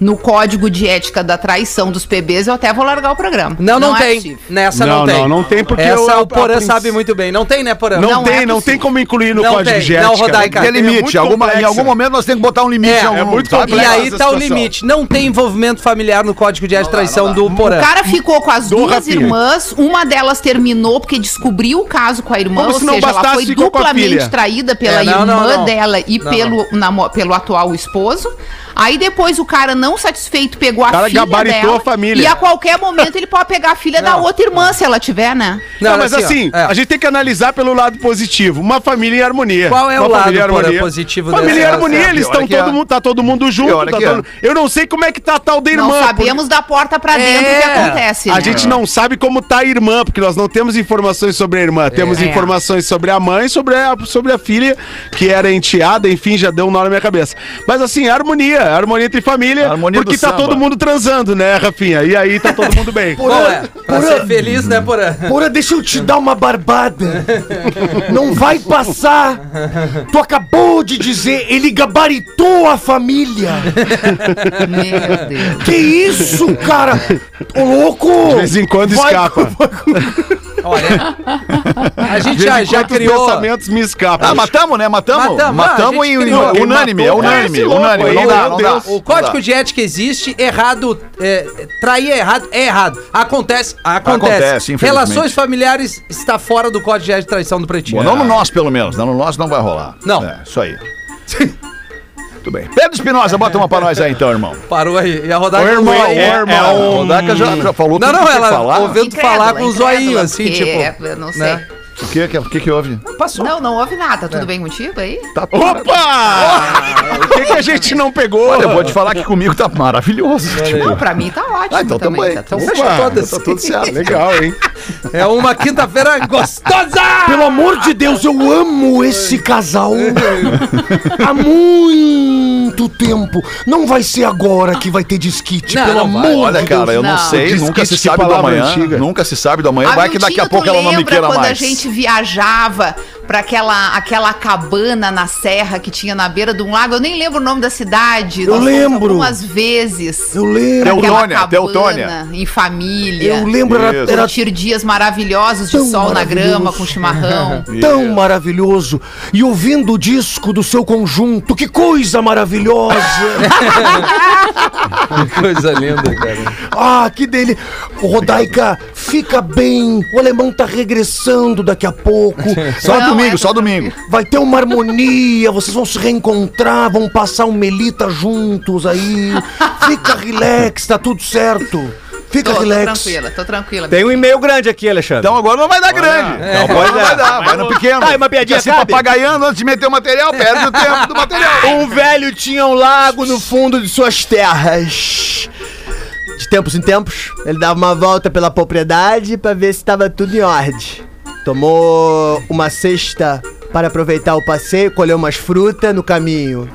Speaker 7: no código de ética da traição dos PBs, eu até vou largar o programa.
Speaker 5: Não, não,
Speaker 7: é
Speaker 5: tem.
Speaker 7: possível.
Speaker 5: Nessa não,
Speaker 6: Não,
Speaker 5: tem.
Speaker 6: não, não tem porque
Speaker 5: Essa
Speaker 6: eu-
Speaker 5: o Porã
Speaker 6: a princ-
Speaker 5: sabe muito bem. Não tem, né, Porã?
Speaker 6: Não,
Speaker 7: Não
Speaker 6: tem,
Speaker 7: é
Speaker 6: não tem
Speaker 7: possível.
Speaker 6: como incluir no
Speaker 5: Não
Speaker 6: código
Speaker 5: tem.
Speaker 6: de
Speaker 5: Não,
Speaker 6: ética.
Speaker 5: Rodaica,
Speaker 4: né? Tem
Speaker 5: cara,
Speaker 4: limite. Alguma- em algum momento nós temos que botar um limite.
Speaker 5: É,
Speaker 4: em algum-
Speaker 5: é
Speaker 6: muito
Speaker 4: sabe?
Speaker 5: E aí
Speaker 6: essa
Speaker 5: tá o
Speaker 6: situação.
Speaker 5: limite. Não tem envolvimento familiar no código de ética de traição do
Speaker 7: O
Speaker 5: Porã.
Speaker 7: cara ficou com as
Speaker 6: Do
Speaker 7: duas
Speaker 6: Rafinha.
Speaker 7: irmãs, uma delas terminou porque descobriu o caso com a irmã,
Speaker 6: Como
Speaker 7: ou
Speaker 6: se não
Speaker 7: seja, ela
Speaker 6: bastasse,
Speaker 7: foi
Speaker 6: ficou com a
Speaker 7: duplamente
Speaker 6: filha.
Speaker 7: traída pela
Speaker 5: É, não,
Speaker 7: irmã
Speaker 5: não, não.
Speaker 7: dela e
Speaker 5: Não,
Speaker 7: pelo, namo- pelo atual esposo. Aí depois o cara não não satisfeito, pegou a
Speaker 6: cara
Speaker 7: filha
Speaker 6: gabaritou
Speaker 7: dela.
Speaker 6: a família.
Speaker 7: E a qualquer momento ele pode pegar a filha da outra irmã, se ela tiver, né?
Speaker 6: Não, mas assim,
Speaker 5: ó, é.
Speaker 6: a gente tem que analisar pelo lado positivo. Uma família em harmonia.
Speaker 5: Qual é o
Speaker 6: Uma
Speaker 5: lado,
Speaker 6: família em
Speaker 5: porra,
Speaker 6: harmonia.
Speaker 5: positivo
Speaker 6: Família em
Speaker 5: dessa-
Speaker 6: harmonia,
Speaker 4: dessa-
Speaker 6: eles
Speaker 4: olha
Speaker 6: estão
Speaker 4: que
Speaker 6: todo
Speaker 4: é.
Speaker 6: mundo, tá todo mundo junto.
Speaker 4: olha
Speaker 6: tá
Speaker 4: que é.
Speaker 6: todo- Eu não sei como é que tá a tal da irmã.
Speaker 7: Não
Speaker 6: porque-
Speaker 7: sabemos da porta pra dentro o que
Speaker 5: É.
Speaker 7: acontece,
Speaker 6: A
Speaker 7: né?
Speaker 6: gente não sabe como tá a irmã, porque nós não temos informações sobre a irmã. Temos
Speaker 7: É.
Speaker 6: informações sobre a mãe, sobre a, sobre a filha, que era enteada, enfim, já deu um nó na minha cabeça. Mas assim, harmonia, harmonia entre família,
Speaker 4: Harmonia do
Speaker 6: porque tá
Speaker 4: samba.
Speaker 6: todo mundo transando, né, Rafinha? E aí tá todo mundo
Speaker 8: *laughs*
Speaker 6: bem.
Speaker 5: Qual é? Pra ser feliz, né, Porã?
Speaker 10: Porra, deixa eu te dar
Speaker 4: *laughs*
Speaker 10: uma barbada. Não vai passar. Tu acabou de dizer, ele gabaritou a família.
Speaker 7: Meu Deus.
Speaker 10: Que isso, cara? Ô, louco!
Speaker 6: De vez em quando
Speaker 10: Vai-
Speaker 6: escapa.
Speaker 5: Olha, a gente
Speaker 6: De vez
Speaker 5: já,
Speaker 6: em
Speaker 5: já
Speaker 6: quando os
Speaker 5: criou...
Speaker 6: pensamentos me escapam.
Speaker 4: Ah, matamos, né? Matamos?
Speaker 5: Matamos,
Speaker 4: Matamos,
Speaker 5: ah, a gente
Speaker 4: em,
Speaker 5: criou.
Speaker 4: em- unânime, é
Speaker 6: Quem matou
Speaker 4: unânime,
Speaker 6: esse louco
Speaker 4: unânime.
Speaker 6: aí?
Speaker 4: Não dá,
Speaker 6: Meu
Speaker 4: não dá.
Speaker 6: Deus.
Speaker 5: O código de ética existe, errado, é, trair é errado, é errado. Acontece, acontece.
Speaker 4: Acontece, infelizmente.
Speaker 5: Relações familiares está fora do código de ética de traição do Pretinho.
Speaker 4: Bom, não no nosso, pelo menos. Não no nosso não vai rolar.
Speaker 5: Não.
Speaker 4: É, isso aí. Tudo bem. Pedro Espinosa, bota uma pra nós aí, então, irmão.
Speaker 5: *laughs* Parou aí. E a rodada
Speaker 6: Ô, irmão,
Speaker 5: rolou aí.
Speaker 6: ô,
Speaker 5: É.
Speaker 6: irmão.
Speaker 4: O Rodaica já, já falou
Speaker 5: Não,
Speaker 4: tudo
Speaker 5: não,
Speaker 4: que
Speaker 5: ela
Speaker 4: falar.
Speaker 5: ouviu tu falar com o
Speaker 7: Incrédula,
Speaker 5: zoinho, assim,
Speaker 7: porque,
Speaker 5: tipo...
Speaker 7: é, Eu não sei.
Speaker 5: né?
Speaker 4: O que, que, o que que houve?
Speaker 5: Passou.
Speaker 7: Não, não houve nada. Tudo bem contigo aí?
Speaker 4: Tá Ah, tudo-
Speaker 6: Opa! O que, que a gente não pegou?
Speaker 4: Olha, eu vou te falar que comigo tá maravilhoso. Tipo,
Speaker 7: Não, pra mim tá ótimo.
Speaker 4: Ah, então
Speaker 7: também.
Speaker 4: também.
Speaker 7: Tá
Speaker 4: Então
Speaker 7: tudo
Speaker 5: Fecha todas.
Speaker 4: tá tudo certo.
Speaker 6: Legal, hein?
Speaker 5: É uma quinta-feira gostosa!
Speaker 10: Pelo amor de Deus, eu amo esse casal há muito tempo. Não vai ser agora que vai ter disquite,
Speaker 5: Não,
Speaker 10: pelo
Speaker 5: não vai.
Speaker 10: amor
Speaker 4: Olha,
Speaker 10: de
Speaker 4: cara, eu não,
Speaker 7: Não.
Speaker 4: sei,
Speaker 6: Diz
Speaker 4: nunca
Speaker 6: que
Speaker 4: se
Speaker 6: isso
Speaker 4: sabe
Speaker 6: é
Speaker 4: do
Speaker 6: palavra
Speaker 4: amanhã.
Speaker 6: antiga.
Speaker 4: Nunca se sabe do amanhã.
Speaker 7: Ah,
Speaker 4: Vai que daqui a
Speaker 7: Miltinho,
Speaker 4: pouco
Speaker 7: tu
Speaker 4: ela não me
Speaker 7: lembra
Speaker 4: queira
Speaker 7: quando
Speaker 4: mais.
Speaker 7: a gente viajava pra aquela, aquela cabana na serra que tinha na beira de um lago? Eu nem lembro o nome da cidade.
Speaker 10: Eu
Speaker 7: fomos
Speaker 10: lembro.
Speaker 7: algumas vezes.
Speaker 10: Eu lembro.
Speaker 7: pra aquela
Speaker 4: Teutônia,
Speaker 7: cabana
Speaker 4: Teutônia.
Speaker 7: Em família.
Speaker 10: Eu lembro, era,
Speaker 4: Isso.
Speaker 10: era
Speaker 7: Curtir dias maravilhosos de
Speaker 10: Tão
Speaker 7: sol na grama,
Speaker 10: maravilhoso.
Speaker 7: com chimarrão.
Speaker 10: tão um maravilhoso. E ouvindo o disco do seu conjunto, que coisa maravilhosa!
Speaker 5: Coisa linda, cara.
Speaker 10: ah, que dele. Rodaica, fica bem. O alemão tá regressando daqui a pouco.
Speaker 4: Só
Speaker 7: Não,
Speaker 4: domingo,
Speaker 7: é-
Speaker 4: só domingo.
Speaker 10: Vai ter uma harmonia, vocês vão se reencontrar, vão passar um melita juntos aí. Fica relax, tá tudo certo. Fica
Speaker 7: Tô, tô
Speaker 10: relax.
Speaker 7: tranquila, tô tranquila.
Speaker 8: Tem um e-mail grande aqui, Alexandre.
Speaker 4: Então agora não vai dar grande. Não, pode não vai dar, vai no pequeno.
Speaker 8: Tá, e uma piadinha
Speaker 4: Fica se
Speaker 8: cabe?
Speaker 4: papagaiando antes de meter o material, perde o tempo do *laughs* material.
Speaker 10: Um velho tinha um lago no fundo de suas terras. De tempos em tempos, ele dava uma volta pela propriedade para ver se estava tudo em ordem. Tomou uma cesta para aproveitar o passeio, colheu umas frutas no caminho.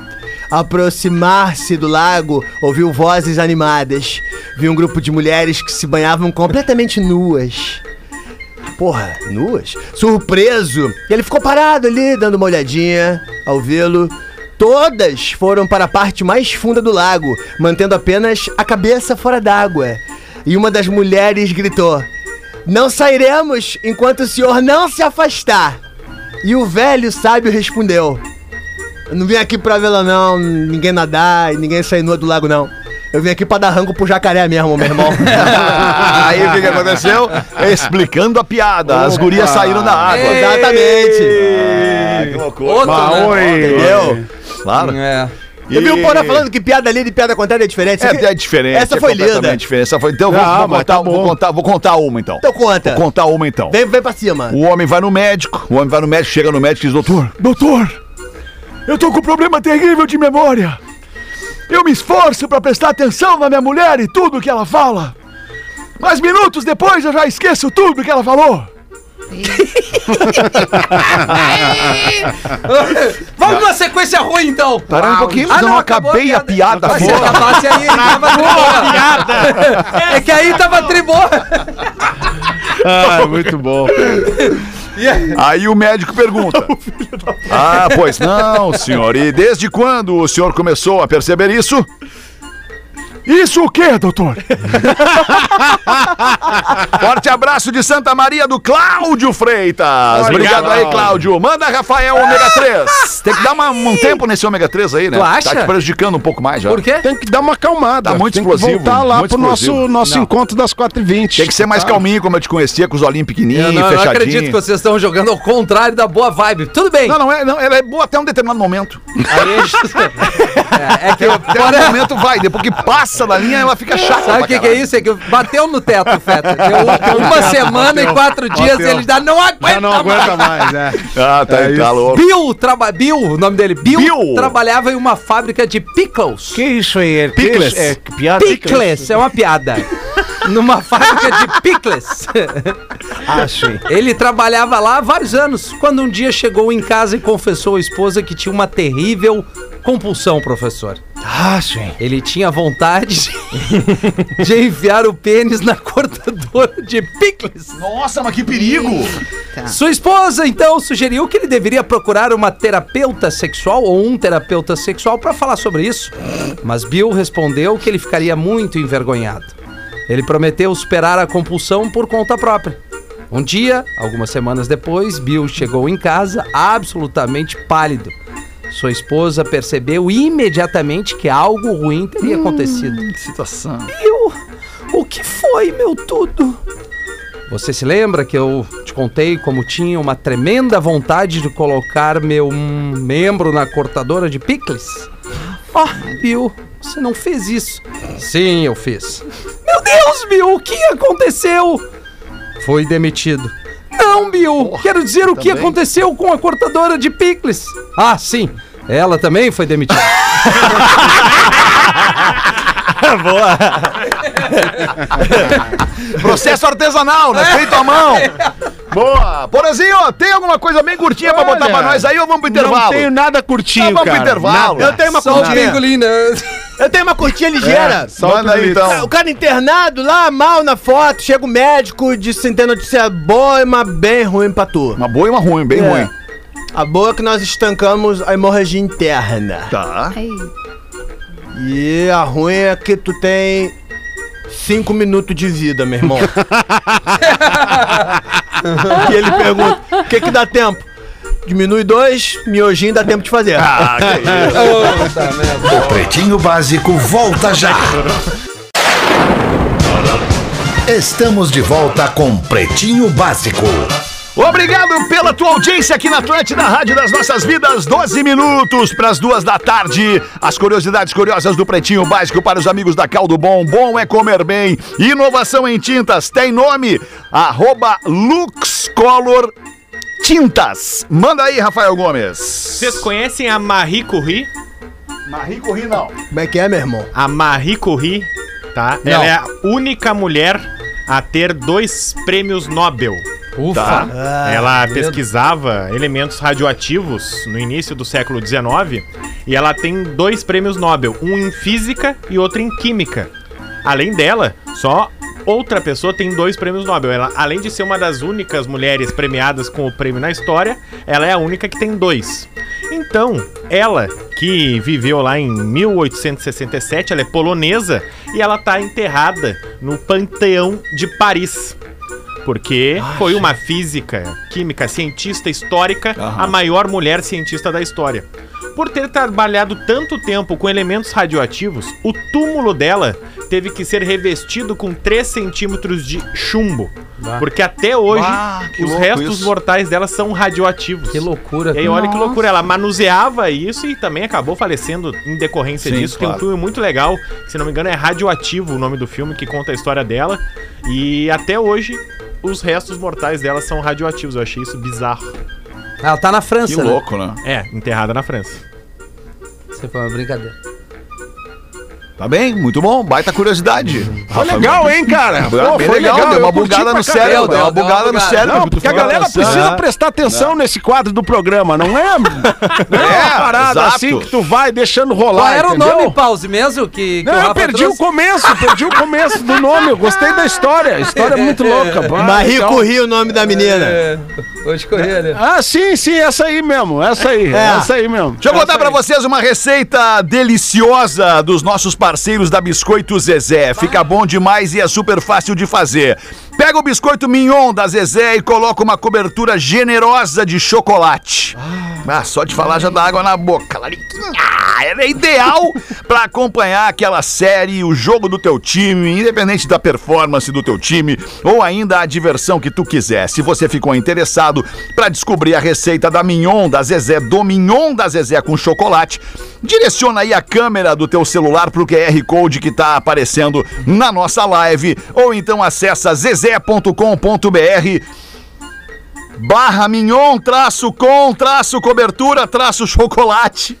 Speaker 10: Aproximar-se do lago, ouviu vozes animadas. Viu um grupo de mulheres que se banhavam completamente nuas. Porra, nuas? Surpreso! Ele ficou parado ali, dando uma olhadinha ao vê-lo. Todas foram para a parte mais funda do lago, mantendo apenas a cabeça fora d'água. E uma das mulheres gritou: Não sairemos enquanto o senhor não se afastar. E o velho sábio respondeu: Eu não vim aqui pra vê-la, não, ninguém nadar e ninguém sair nua do lago, não. Eu vim aqui pra dar rango pro jacaré mesmo,
Speaker 4: *laughs*
Speaker 10: meu irmão.
Speaker 4: Aí o que, que aconteceu? Explicando a piada. As gurias saíram da água.
Speaker 5: Ei.
Speaker 4: Ah, que loucura.
Speaker 5: Outro, né?
Speaker 4: Entendeu? Claro.
Speaker 5: É.
Speaker 4: Eu vi o Porã falando
Speaker 10: que piada ali de piada contada é diferente?
Speaker 4: É, é diferente.
Speaker 10: Essa
Speaker 4: é
Speaker 10: foi
Speaker 4: completamente
Speaker 10: linda.
Speaker 4: diferente. Essa foi... Então, eu
Speaker 6: Ah,
Speaker 4: vou, vou,
Speaker 6: mas
Speaker 4: contar,
Speaker 6: tá bom.
Speaker 4: vou, contar, vou contar uma, então.
Speaker 10: Então conta.
Speaker 4: Vou contar uma, então.
Speaker 10: Vem, vem pra cima.
Speaker 4: O homem vai no médico, o homem vai no médico, chega no médico e diz, doutor, doutor, eu tô com um problema terrível de memória. Eu me esforço pra prestar atenção na minha mulher e tudo que ela fala. Mas minutos depois eu já esqueço tudo que ela falou.
Speaker 5: Vamos numa sequência ruim, então.
Speaker 4: Parar um pouquinho, mas eu não
Speaker 5: acabou
Speaker 4: acabei a piada,
Speaker 5: Mas tá Se
Speaker 4: porra.
Speaker 5: acabasse aí, tava triboa. *laughs* É que aí tava triboa.
Speaker 6: Ah, muito bom.
Speaker 4: Aí o médico pergunta. ah, pois não, senhor. E desde quando o senhor começou a perceber isso?
Speaker 6: Isso o quê, doutor?
Speaker 4: Forte abraço de Santa Maria do Cláudio Freitas. Obrigado aí, Cláudio. Manda, Rafael, ômega 3. Tem que dar uma- um tempo nesse ômega 3 aí, né?
Speaker 5: Tu acha?
Speaker 4: Tá te prejudicando um pouco mais já.
Speaker 5: Por quê?
Speaker 6: Tem que dar uma acalmada.
Speaker 4: Tá muito
Speaker 6: Tem
Speaker 4: explosivo,
Speaker 6: que voltar lá
Speaker 4: muito
Speaker 6: pro
Speaker 4: explosivo.
Speaker 6: nosso, nosso encontro das 4h20.
Speaker 4: Tem que ser mais calminho, como eu te conhecia, com os olhinhos
Speaker 5: Eu
Speaker 4: pequenininhos,
Speaker 5: não, eu não
Speaker 4: fechadinhos.
Speaker 5: acredito que vocês estão jogando ao contrário da boa vibe. Tudo bem.
Speaker 4: Não, não é, não, ela é boa até um determinado momento.
Speaker 5: *laughs* É, é que eu-
Speaker 4: Até um momento vai, depois que passa da linha, ela fica chata.
Speaker 5: Sabe
Speaker 4: pra
Speaker 5: o que, que é
Speaker 4: caralho.
Speaker 5: isso? É que bateu no teto, Feta. Deu uma semana e quatro dias ele já não aguenta,
Speaker 8: Já não aguenta mais,
Speaker 5: mais.
Speaker 8: né?
Speaker 4: Ah, tá, aí, tá louco.
Speaker 5: Bill, traba, Bill, o nome dele, Bill,
Speaker 4: Bill.
Speaker 5: trabalhava em uma fábrica de pickles.
Speaker 8: Que isso aí? É,
Speaker 4: Picles.
Speaker 8: É, que piada.
Speaker 5: Pickles, é
Speaker 4: *laughs*
Speaker 5: uma piada. Numa fábrica de pickles.
Speaker 8: Ah, sim.
Speaker 5: Ele trabalhava lá há vários anos, quando um dia chegou em casa e confessou à esposa que tinha uma terrível compulsão, professor.
Speaker 8: Ah, sim.
Speaker 5: Ele tinha vontade de, *laughs* de enfiar o pênis na cortadora de picles.
Speaker 4: Nossa, mas que perigo!
Speaker 5: Sua esposa, então, sugeriu que ele deveria procurar uma terapeuta sexual ou um terapeuta sexual para falar sobre isso. Mas Bill respondeu que ele ficaria muito envergonhado. Ele prometeu superar a compulsão por conta própria. Um dia, algumas semanas depois, Bill chegou em casa absolutamente pálido. Sua esposa percebeu imediatamente que algo ruim teria acontecido.
Speaker 4: Que situação.
Speaker 5: Eu? O que foi, meu tudo? Você se lembra que eu te contei como tinha uma tremenda vontade de colocar meu hum, membro na cortadora de picles? Ah, Bill, você não fez isso. Sim, eu fiz. Meu Deus, Bill, o que aconteceu? Foi demitido. Não, Bill, quero dizer o que
Speaker 4: também?
Speaker 5: aconteceu com a cortadora de picles. Ah, sim, ela também foi demitida.
Speaker 4: Processo artesanal, né? Feito à mão. Boa. Porazinho, tem alguma coisa bem curtinha pra botar pra nós aí ou vamos pro intervalo?
Speaker 6: Não tenho nada curtinho,
Speaker 4: Então vamos pro
Speaker 6: cara.
Speaker 4: intervalo.
Speaker 6: Nada.
Speaker 10: Eu tenho uma
Speaker 5: Só o
Speaker 10: curtinha.
Speaker 5: pingolim, né?
Speaker 10: Eu tenho uma curtinha
Speaker 6: É,
Speaker 10: ligeira.
Speaker 4: Manda aí
Speaker 10: Cara, O
Speaker 4: então.
Speaker 10: cara internado lá, mal na foto, chega o médico, diz sem ter notícia boa, mas bem ruim pra tu.
Speaker 4: Uma boa e uma ruim, bem
Speaker 10: É.
Speaker 4: ruim.
Speaker 10: A boa é que nós estancamos a hemorragia interna.
Speaker 4: Tá.
Speaker 7: Ai,
Speaker 10: E a ruim é que tu tem cinco minutos de vida, meu irmão. e ele pergunta, o que que dá tempo? Diminui dois, miojinho dá tempo de fazer.
Speaker 6: Ah,
Speaker 2: *laughs* Pretinho Básico volta já. Estamos de volta com Pretinho Básico.
Speaker 4: Obrigado pela tua audiência aqui na Atlântida, Rádio das Nossas Vidas. 12 minutos para as duas da tarde. As curiosidades curiosas do Pretinho Básico para os amigos da Caldo Bom. Bom é comer bem. Inovação em tintas tem nome. Arroba Luxcolor Tintas. Manda aí, Rafael Gomes.
Speaker 9: Vocês conhecem a Marie Curie?
Speaker 4: Marie Curie, não.
Speaker 10: Como é que é, meu irmão?
Speaker 9: A Marie Curie, tá? Ela é a única mulher a ter dois prêmios Nobel.
Speaker 5: Ufa.
Speaker 4: Tá.
Speaker 9: ela
Speaker 5: meu
Speaker 9: pesquisava elementos radioativos no início do século XIX e ela tem dois prêmios Nobel, um em física e outro em química. Além dela, só outra pessoa tem dois prêmios Nobel. Ela, além de ser uma das únicas mulheres premiadas com o prêmio na história, ela é a única que tem dois. Então, ela que viveu lá em 1867, ela é polonesa e ela tá enterrada no Panteão de Paris. Porque
Speaker 4: Ah,
Speaker 9: foi uma física, química, cientista histórica, a maior mulher cientista da história. Por ter trabalhado tanto tempo com elementos radioativos, o túmulo dela teve que ser revestido com 3 centímetros de chumbo. Porque até hoje,
Speaker 4: Bah, que
Speaker 9: os
Speaker 4: louco
Speaker 9: restos
Speaker 4: isso.
Speaker 9: mortais dela são radioativos.
Speaker 5: Que loucura.
Speaker 9: E aí, olha que
Speaker 7: Nossa.
Speaker 9: loucura, ela manuseava isso e também acabou falecendo em decorrência
Speaker 4: Sim,
Speaker 9: disso. Tem um
Speaker 4: claro.
Speaker 9: filme muito legal, que, se não me engano é Radioativo o nome do filme, que conta a história dela. E até hoje, os restos mortais dela são radioativos. Eu achei isso bizarro.
Speaker 5: Ela tá na França,
Speaker 4: Que
Speaker 5: né?
Speaker 4: louco, né?
Speaker 9: É, enterrada na França.
Speaker 5: Você foi uma brincadeira.
Speaker 4: Tá bem, muito bom. Baita curiosidade.
Speaker 6: Foi legal, hein, cara?
Speaker 4: Foi
Speaker 6: Pô,
Speaker 4: bem
Speaker 6: foi
Speaker 4: legal, deu
Speaker 6: eu
Speaker 4: uma
Speaker 6: curti
Speaker 4: bugada
Speaker 6: pra
Speaker 4: no
Speaker 6: caramba.
Speaker 4: cérebro,
Speaker 5: deu
Speaker 4: deu uma
Speaker 5: uma
Speaker 4: bugada no
Speaker 5: bugada.
Speaker 4: cérebro. né?
Speaker 6: Não, porque a galera precisa prestar atenção nesse quadro do programa, não é? Não é uma
Speaker 4: *laughs* É,
Speaker 6: parada
Speaker 4: exato.
Speaker 6: assim que tu vai deixando rolar.
Speaker 5: Qual era
Speaker 6: entendeu?
Speaker 5: o nome, Pause, mesmo? Que, que
Speaker 6: Não,
Speaker 5: o
Speaker 6: eu
Speaker 5: Rafa
Speaker 6: perdi
Speaker 5: trouxe?
Speaker 6: o começo, perdi o começo do nome. Eu gostei da história. A história é muito louca. pá,
Speaker 10: Marie
Speaker 6: legal.
Speaker 10: Curie o nome da menina.
Speaker 5: É, hoje corria, né?
Speaker 6: Ah, sim, sim, essa aí
Speaker 10: É.
Speaker 6: mesmo. Essa aí, essa aí mesmo.
Speaker 4: Deixa eu contar pra vocês uma receita deliciosa dos nossos parceiros. parceiros da Biscoito Zezé. Fica bom demais e é super fácil de fazer. Pega o biscoito mignon da Zezé e coloca uma cobertura generosa de chocolate. Ah, só de falar já dá água na boca, Lariquinha. Ela é ideal pra acompanhar aquela série, o jogo do teu time, independente da performance do teu time ou ainda a diversão que tu quiser. Se você ficou interessado pra descobrir a receita da Mignon da Zezé, do Mignon da Zezé com chocolate, direciona aí a câmera do teu celular pro QR Code que tá aparecendo na nossa live ou então acessa zezé.com.br barra mignon, traço com, traço cobertura, traço
Speaker 5: *laughs*
Speaker 4: chocolate.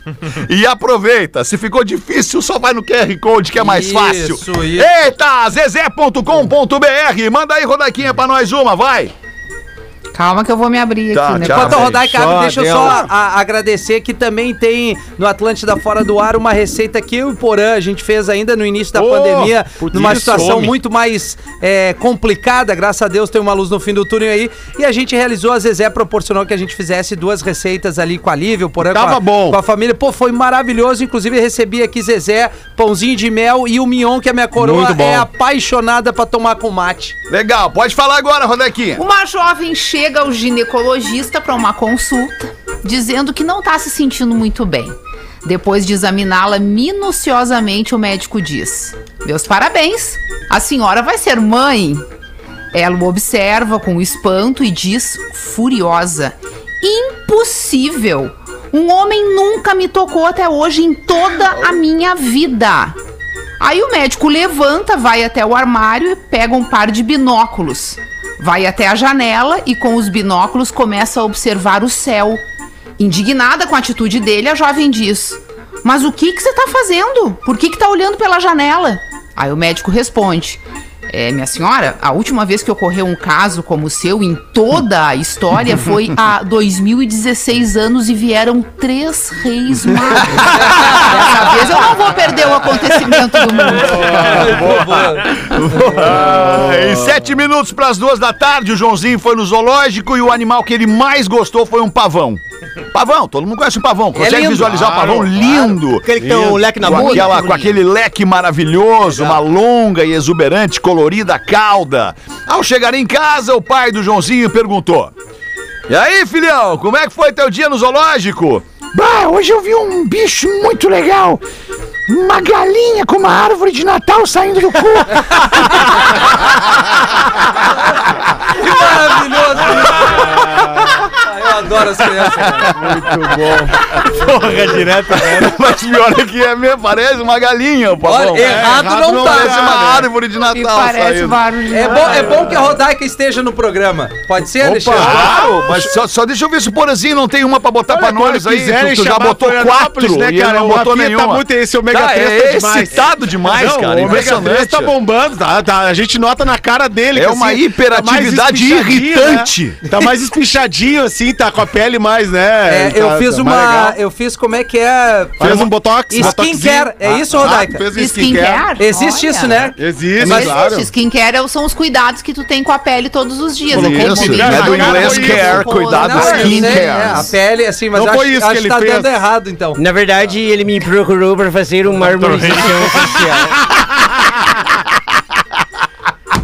Speaker 4: e aproveita. Se ficou difícil, só vai no QR Code que é mais
Speaker 5: Isso,
Speaker 4: fácil.
Speaker 5: isso.
Speaker 4: Eita, zezé.com.br. Manda aí, Rodaquinha, pra nós uma, vai.
Speaker 7: Calma que eu vou me abrir
Speaker 4: Tá,
Speaker 7: aqui, né?
Speaker 4: tchau.
Speaker 7: Bota-
Speaker 5: Enquanto
Speaker 4: Parabéns.
Speaker 5: rodar e
Speaker 6: Só
Speaker 5: cabe, deixa eu só
Speaker 6: dela.
Speaker 5: a- agradecer que também tem no Atlântida Fora do Ar uma receita que eu e Porã a gente fez ainda no início da
Speaker 9: Oh,
Speaker 5: pandemia,
Speaker 9: putz,
Speaker 5: numa
Speaker 9: isso,
Speaker 5: situação
Speaker 9: homem.
Speaker 5: muito mais é, complicada. Graças a Deus tem uma luz no fim do túnel aí. E a gente realizou, a Zezé proporcionou que a gente fizesse duas receitas ali com a Lívia, o Porã com,
Speaker 6: Tava
Speaker 5: a,
Speaker 6: bom.
Speaker 5: com a família. Pô, foi maravilhoso. Inclusive recebi aqui Zezé, pãozinho de mel e o mignon, que a minha coroa
Speaker 6: Muito bom.
Speaker 5: é apaixonada pra tomar com mate.
Speaker 4: Legal, pode falar agora, Rodaquinha.
Speaker 5: *laughs*
Speaker 7: Uma jovem chega ao ginecologista para uma consulta, dizendo que não está se sentindo muito bem. Depois de examiná-la minuciosamente, o médico diz: Meus parabéns, a senhora vai ser mãe. Ela o observa com espanto e diz, furiosa: Impossível! Um homem nunca me tocou até hoje em toda a minha vida. Aí o médico levanta, vai até o armário e pega um par de binóculos. Vai até a janela e com os binóculos começa a observar o céu. Indignada com a atitude dele, a jovem diz: Mas o que, que você tá fazendo? Por que, que tá olhando pela janela? Aí o médico responde: é, minha senhora, a última vez que ocorreu um caso como o seu em toda a
Speaker 5: *laughs*
Speaker 7: história foi há 2016 anos e vieram três reis magos. Dessa vez eu não vou perder o acontecimento do mundo.
Speaker 4: Ah, Em sete minutos para as duas da tarde, o Joãozinho foi no zoológico e o animal que ele mais gostou foi um pavão. Pavão, todo mundo conhece o pavão. Consegue
Speaker 5: É lindo.
Speaker 4: visualizar o pavão lindo?
Speaker 10: Aquele que tem um leque na
Speaker 4: com,
Speaker 10: boca.
Speaker 4: aquela- com aquele leque maravilhoso, uma longa e exuberante, colorida cauda. Ao chegar em casa, o pai do Joãozinho perguntou: E aí, filhão, como é que foi teu dia no zoológico? Bah, hoje eu vi um bicho muito legal. Uma galinha com uma árvore de Natal saindo do cu.
Speaker 5: Que maravilhoso! Ah, eu adoro as crianças.
Speaker 9: Porra, direto.
Speaker 4: *laughs* Mas pior é que é mesmo, parece uma galinha, pô.
Speaker 5: Olha,
Speaker 4: É,
Speaker 5: errado não tá.
Speaker 4: Parece uma árvore de
Speaker 7: Me
Speaker 4: Natal
Speaker 7: parece
Speaker 4: saindo.
Speaker 7: barulho.
Speaker 5: É bom, é bom que a Rodaica esteja no programa. Pode ser, Alexandre?
Speaker 4: Claro, mas só, só deixa eu ver se o Porazinho não tem uma pra botar pra nós aí. Tu, tu já botou quatro
Speaker 6: né,
Speaker 4: e ele
Speaker 6: cara?
Speaker 4: não
Speaker 6: O
Speaker 4: botou
Speaker 6: Rafinha
Speaker 4: nenhuma.
Speaker 6: Tá muito esse ômega
Speaker 4: Tá,
Speaker 6: 3
Speaker 4: é
Speaker 6: tá demais.
Speaker 4: excitado demais,
Speaker 6: Não,
Speaker 4: cara,
Speaker 6: O ômega
Speaker 4: impressionante.
Speaker 6: 3 tá bombando. Tá, tá, a gente nota na cara dele.
Speaker 4: É uma hiperatividade
Speaker 6: mais espichadinho, né?
Speaker 4: irritante.
Speaker 6: Tá mais espichadinho, assim, tá com a pele mais, né?
Speaker 5: É, eu
Speaker 6: tá-
Speaker 5: fiz
Speaker 6: tá
Speaker 5: uma.
Speaker 6: mais legal.
Speaker 5: Eu fiz como é que é.
Speaker 6: Fez um botox.
Speaker 5: Skincare. É isso, Rodaica?
Speaker 6: fez um skincare.
Speaker 7: Skincare?
Speaker 5: Existe isso, né?
Speaker 6: Existe,
Speaker 7: Mas
Speaker 6: claro.
Speaker 7: existe. Skincare é- são os cuidados que tu tem com a pele todos os dias. É
Speaker 4: Isso,
Speaker 7: Eu
Speaker 6: né,
Speaker 7: combino com
Speaker 6: do
Speaker 7: o
Speaker 6: inglês
Speaker 7: meu
Speaker 4: care,
Speaker 7: composto.
Speaker 4: cuidado
Speaker 7: Não,
Speaker 5: eu sei,
Speaker 4: skincare.
Speaker 5: é, a pele, assim, mas
Speaker 6: Não
Speaker 5: acho,
Speaker 6: foi isso
Speaker 5: acho
Speaker 6: que
Speaker 5: que
Speaker 6: ele
Speaker 5: tá
Speaker 6: fez.
Speaker 5: dando errado, então.
Speaker 8: Na verdade, ele me procurou para fazer um uma harmonização
Speaker 6: *laughs*
Speaker 8: facial.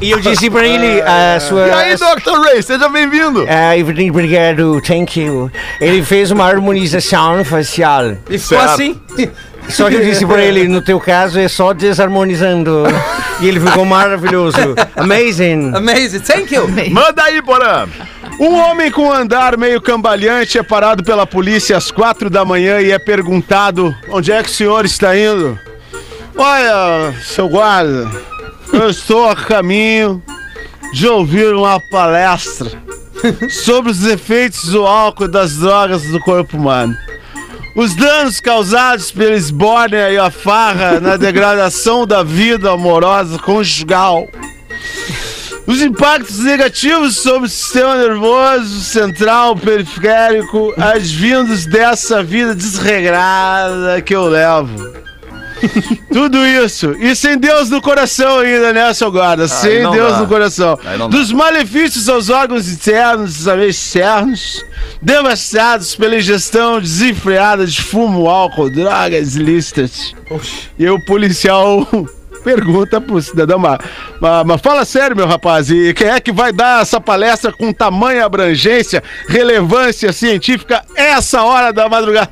Speaker 8: E eu disse para ele, a sua...
Speaker 4: E aí, Dr. Ray, seja bem-vindo.
Speaker 8: Ah, obrigado, thank you. Ele fez uma harmonização facial.
Speaker 5: E ficou
Speaker 4: Certo.
Speaker 5: assim.
Speaker 8: Só que eu disse pra ele, no teu caso é só desarmonizando. E ele ficou maravilhoso. Amazing.
Speaker 5: Amazing. Thank you.
Speaker 4: Manda aí, Porã.
Speaker 6: Um homem com andar meio cambaleante é parado pela polícia às quatro da manhã e é perguntado onde é que o senhor está indo. Olha, seu guarda, eu estou a caminho de ouvir uma palestra sobre os efeitos do álcool e das drogas no corpo humano. Os danos causados pela esbórnia e a farra na degradação da vida amorosa conjugal. Os impactos negativos sobre o sistema nervoso central periférico advindos dessa vida desregrada que eu levo. *laughs* Tudo isso. E sem Deus no coração ainda, né, seu guarda? Sem
Speaker 11: não
Speaker 6: Deus
Speaker 11: dá.
Speaker 6: no coração.
Speaker 11: Aí não dá.
Speaker 6: Dos malefícios aos órgãos internos, saber externos, devastados pela ingestão desenfreada de fumo, álcool, drogas ilícitas. E o policial *laughs* pergunta pro cidadão, mas, mas, mas fala sério, meu rapaz, e quem é que vai dar essa palestra com tamanha abrangência, relevância científica, essa hora da madrugada?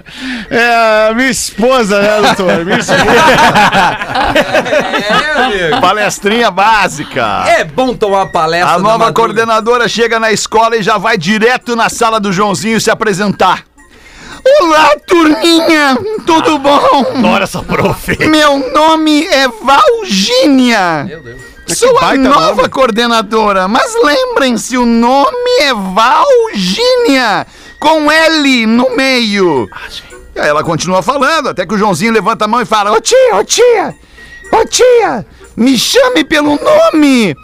Speaker 6: É, minha esposa, né, doutor? *laughs* Minha esposa.
Speaker 4: Palestrinha básica.
Speaker 5: É bom tomar palestra.
Speaker 4: A
Speaker 5: na
Speaker 4: nova
Speaker 5: madruga.
Speaker 4: coordenadora chega na escola e já vai direto na sala do Joãozinho se apresentar. Olá, turminha! Tudo bom?
Speaker 9: Adoro essa profe.
Speaker 4: Meu nome é Valgínia.
Speaker 5: Meu Deus.
Speaker 4: Sou a
Speaker 6: baita
Speaker 4: nova
Speaker 6: nome.
Speaker 4: coordenadora, mas lembrem-se, o nome é Valgínia, com L no meio. E aí ela continua falando, até que o Joãozinho levanta a mão e fala: Ô tia, ô tia, ô tia, me chame pelo nome.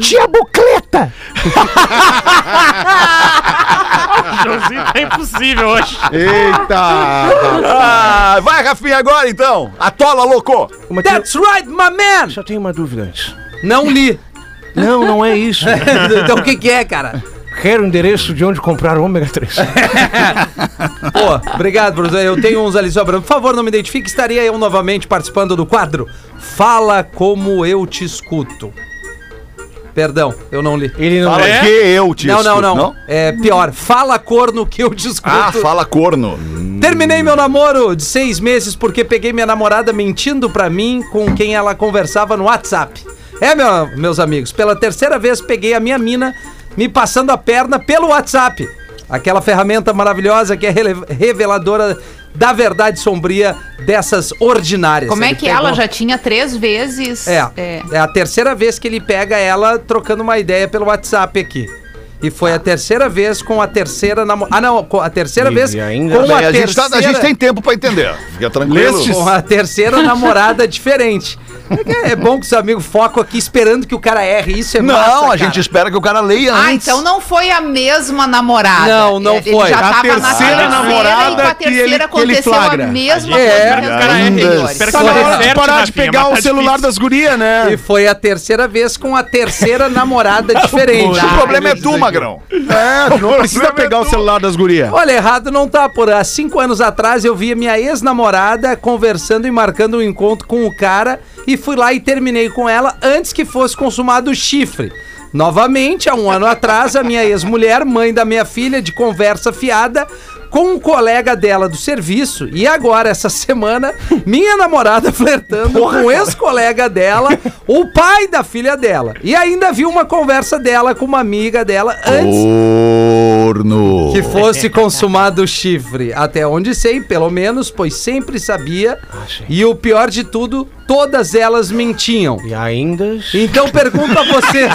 Speaker 4: Tia Bucleta.
Speaker 9: Joãozinho tá impossível hoje.
Speaker 6: Eita!
Speaker 4: Ah, vai, Rafinha, agora então. Atola, louco.
Speaker 5: That's right, my man!
Speaker 8: Só tenho uma dúvida antes.
Speaker 5: Não li. *laughs*
Speaker 8: Não, não é isso.
Speaker 5: então o que que é, cara?
Speaker 8: Quero o endereço de onde comprar o ômega 3.
Speaker 5: Pô, obrigado, professor. Eu tenho uns ali sobrando. Por favor, não me identifique. Estaria eu novamente participando do quadro Fala Como Eu Te Escuto. Perdão, eu não li.
Speaker 8: Ele não
Speaker 4: Fala
Speaker 8: é.
Speaker 4: que eu te
Speaker 5: Não, não,
Speaker 4: escuto,
Speaker 5: não, É pior. Fala corno que eu te escuto.
Speaker 4: Ah, fala corno.
Speaker 5: Terminei meu namoro de seis meses porque peguei minha namorada mentindo pra mim com quem ela conversava no WhatsApp. É, meu- meus amigos, pela terceira vez peguei a minha mina me passando a perna pelo WhatsApp. Aquela ferramenta maravilhosa que é rele- reveladora da verdade sombria dessas ordinárias.
Speaker 7: Como é
Speaker 5: Ele
Speaker 7: que
Speaker 5: pegou-
Speaker 7: ela já tinha três vezes?
Speaker 5: é, é. a terceira vez que ele pega ela trocando uma ideia pelo WhatsApp aqui. E foi a terceira vez com a terceira namorada. Ah, não, com a terceira
Speaker 8: E-
Speaker 5: vez
Speaker 8: e ainda
Speaker 5: com
Speaker 4: Bem,
Speaker 5: a,
Speaker 4: a, gente tá-
Speaker 5: terceira...
Speaker 4: a gente tem tempo pra entender. Fica tranquilo.
Speaker 6: Lestes.
Speaker 5: com a terceira namorada diferente. É que É bom que os amigos focam aqui esperando que o cara erre. Isso é
Speaker 4: Não,
Speaker 5: massa,
Speaker 4: a
Speaker 5: cara.
Speaker 4: gente espera que o cara leia
Speaker 7: Ah,
Speaker 4: antes.
Speaker 7: então não foi a mesma namorada.
Speaker 5: Não, não
Speaker 7: Ele
Speaker 5: foi.
Speaker 7: já
Speaker 5: A
Speaker 7: tava na
Speaker 6: terceira namorada
Speaker 7: e com a
Speaker 6: que ele-
Speaker 7: terceira
Speaker 6: que ele
Speaker 7: aconteceu a
Speaker 6: flagra.
Speaker 7: mesma
Speaker 9: A gente-
Speaker 7: coisa.
Speaker 5: É,
Speaker 7: que
Speaker 9: cara, é
Speaker 7: anterior.
Speaker 4: lindas.
Speaker 9: Espera que
Speaker 6: Tá
Speaker 9: ela
Speaker 6: na hora de
Speaker 9: reverte,
Speaker 6: parar de
Speaker 9: Rafinha,
Speaker 6: pegar
Speaker 9: mas
Speaker 6: o
Speaker 9: tá
Speaker 6: celular
Speaker 9: difícil.
Speaker 6: das gurias,
Speaker 4: É
Speaker 6: né?
Speaker 5: E foi a terceira vez com a
Speaker 4: *laughs*
Speaker 5: terceira namorada diferente.
Speaker 4: O problema é tu, Magrão.
Speaker 6: *laughs* É, não precisa pegar o celular das gurias.
Speaker 5: Olha, errado não tá, por há cinco anos atrás eu vi a minha ex-namorada conversando e marcando um encontro com o cara e fui lá e terminei com ela antes que fosse consumado o chifre. Novamente, há um ano atrás, a minha ex-mulher, mãe da minha filha, de conversa fiada, com um colega dela do serviço, e agora, essa semana, minha namorada *laughs* flertando com um ex-colega dela, o pai da filha dela. E ainda vi uma conversa dela com uma amiga dela antes
Speaker 4: Corno.
Speaker 5: que
Speaker 4: *laughs*
Speaker 5: fosse consumado o chifre. Até onde sei, pelo menos, pois sempre sabia.
Speaker 4: Ah,
Speaker 5: E o pior de tudo, todas elas mentiam.
Speaker 8: E ainda.
Speaker 5: Então pergunto a
Speaker 4: *laughs*
Speaker 5: vocês: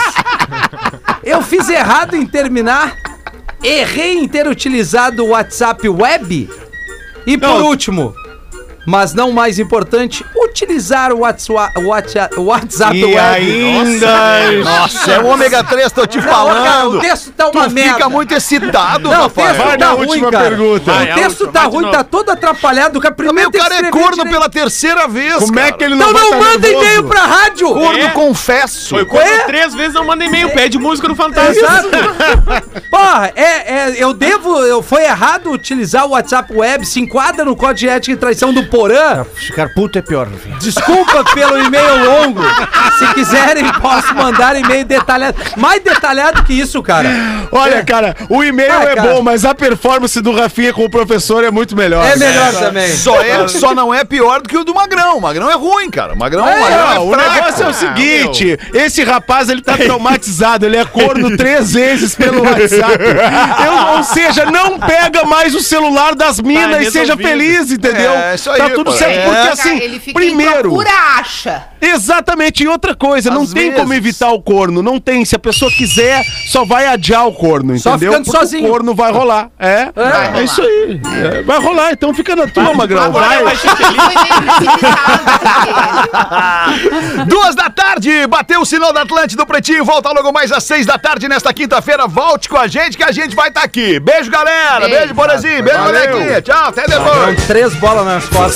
Speaker 5: eu fiz errado em terminar? Errei em ter utilizado o WhatsApp Web? E por último, mas não mais importante, utilizar o WhatsApp, WhatsApp, WhatsApp Web.
Speaker 4: Nossa, é o ômega 3, tô te
Speaker 5: Não, cara,
Speaker 4: falando.
Speaker 5: o texto tá
Speaker 4: Tu
Speaker 5: uma merda.
Speaker 4: fica muito excitado,
Speaker 5: Não, o
Speaker 4: rapaz.
Speaker 5: texto
Speaker 6: Vai
Speaker 5: tá
Speaker 6: na
Speaker 5: ruim,
Speaker 6: última
Speaker 5: cara.
Speaker 6: pergunta.
Speaker 9: Vai,
Speaker 5: O
Speaker 9: é a
Speaker 5: texto
Speaker 9: última,
Speaker 5: tá
Speaker 9: vai de
Speaker 5: ruim,
Speaker 9: novo.
Speaker 5: tá todo atrapalhado. Cara,
Speaker 4: Também
Speaker 5: primeiro
Speaker 4: o cara é corno pela terceira vez.
Speaker 6: Como é que ele não
Speaker 5: Então não manda e-mail pra rádio!
Speaker 4: Corno,
Speaker 9: É.
Speaker 4: confesso.
Speaker 9: Foi quando
Speaker 5: É?
Speaker 9: três vezes não manda e-mail, pede música no
Speaker 4: Tá
Speaker 9: Fantástico.
Speaker 5: Exato! Tá *laughs* Porra, é, é, eu devo. Eu, foi errado utilizar o WhatsApp Web, se enquadra no código de ética e traição do Porã.
Speaker 8: Ficar puto é pior, Rafinha.
Speaker 5: Desculpa pelo e-mail longo. Se quiserem, posso mandar e-mail detalhado. Mais detalhado que isso, cara.
Speaker 6: Olha, cara, o e-mail
Speaker 5: Ah,
Speaker 6: é
Speaker 5: É. cara.
Speaker 6: bom, mas a performance do Rafinha com o professor é muito melhor.
Speaker 5: É melhor também.
Speaker 4: Só, é, só não é pior do que o do Magrão. O Magrão é ruim, cara. O Magrão é,
Speaker 6: Não,
Speaker 4: Magrão
Speaker 6: o
Speaker 4: é fraco.
Speaker 6: negócio é o seguinte, esse rapaz ele
Speaker 4: *laughs*
Speaker 6: tá traumatizado, ele é corno três vezes pelo WhatsApp. Eu- ou seja, não pega mais o celular das minas e
Speaker 9: resolvido.
Speaker 6: seja feliz, entendeu?
Speaker 4: Tá É, isso aí,
Speaker 6: tá tudo
Speaker 4: pô.
Speaker 6: certo,
Speaker 4: É.
Speaker 6: porque
Speaker 7: Cara,
Speaker 6: assim,
Speaker 7: ele fica em
Speaker 6: primeiro,
Speaker 7: procura acha.
Speaker 6: Exatamente, e outra coisa, não
Speaker 4: Às
Speaker 6: tem como
Speaker 4: vezes.
Speaker 6: evitar o corno, não tem. Se a pessoa quiser, só vai adiar o corno,
Speaker 5: Só
Speaker 6: entendeu?
Speaker 5: ficando
Speaker 6: Porque
Speaker 5: sozinho.
Speaker 6: O corno vai rolar. É,
Speaker 5: Vai
Speaker 6: é,
Speaker 7: rolar.
Speaker 6: isso aí. É, Vai rolar, então fica na tua, Magrão. Vai.
Speaker 7: Foi meio precipitado, porque-
Speaker 4: Duas da tarde, bateu o sinal da Atlântida do Pretinho. Volta logo mais às seis da tarde nesta quinta-feira. Volte com a gente que a gente vai estar aqui. Beijo, galera. Beijo,
Speaker 7: Beijo.
Speaker 4: Bonezinho. Beijo,
Speaker 6: Valeu.
Speaker 4: bonequinha. Tchau, até depois.
Speaker 5: Três bolas nas costas.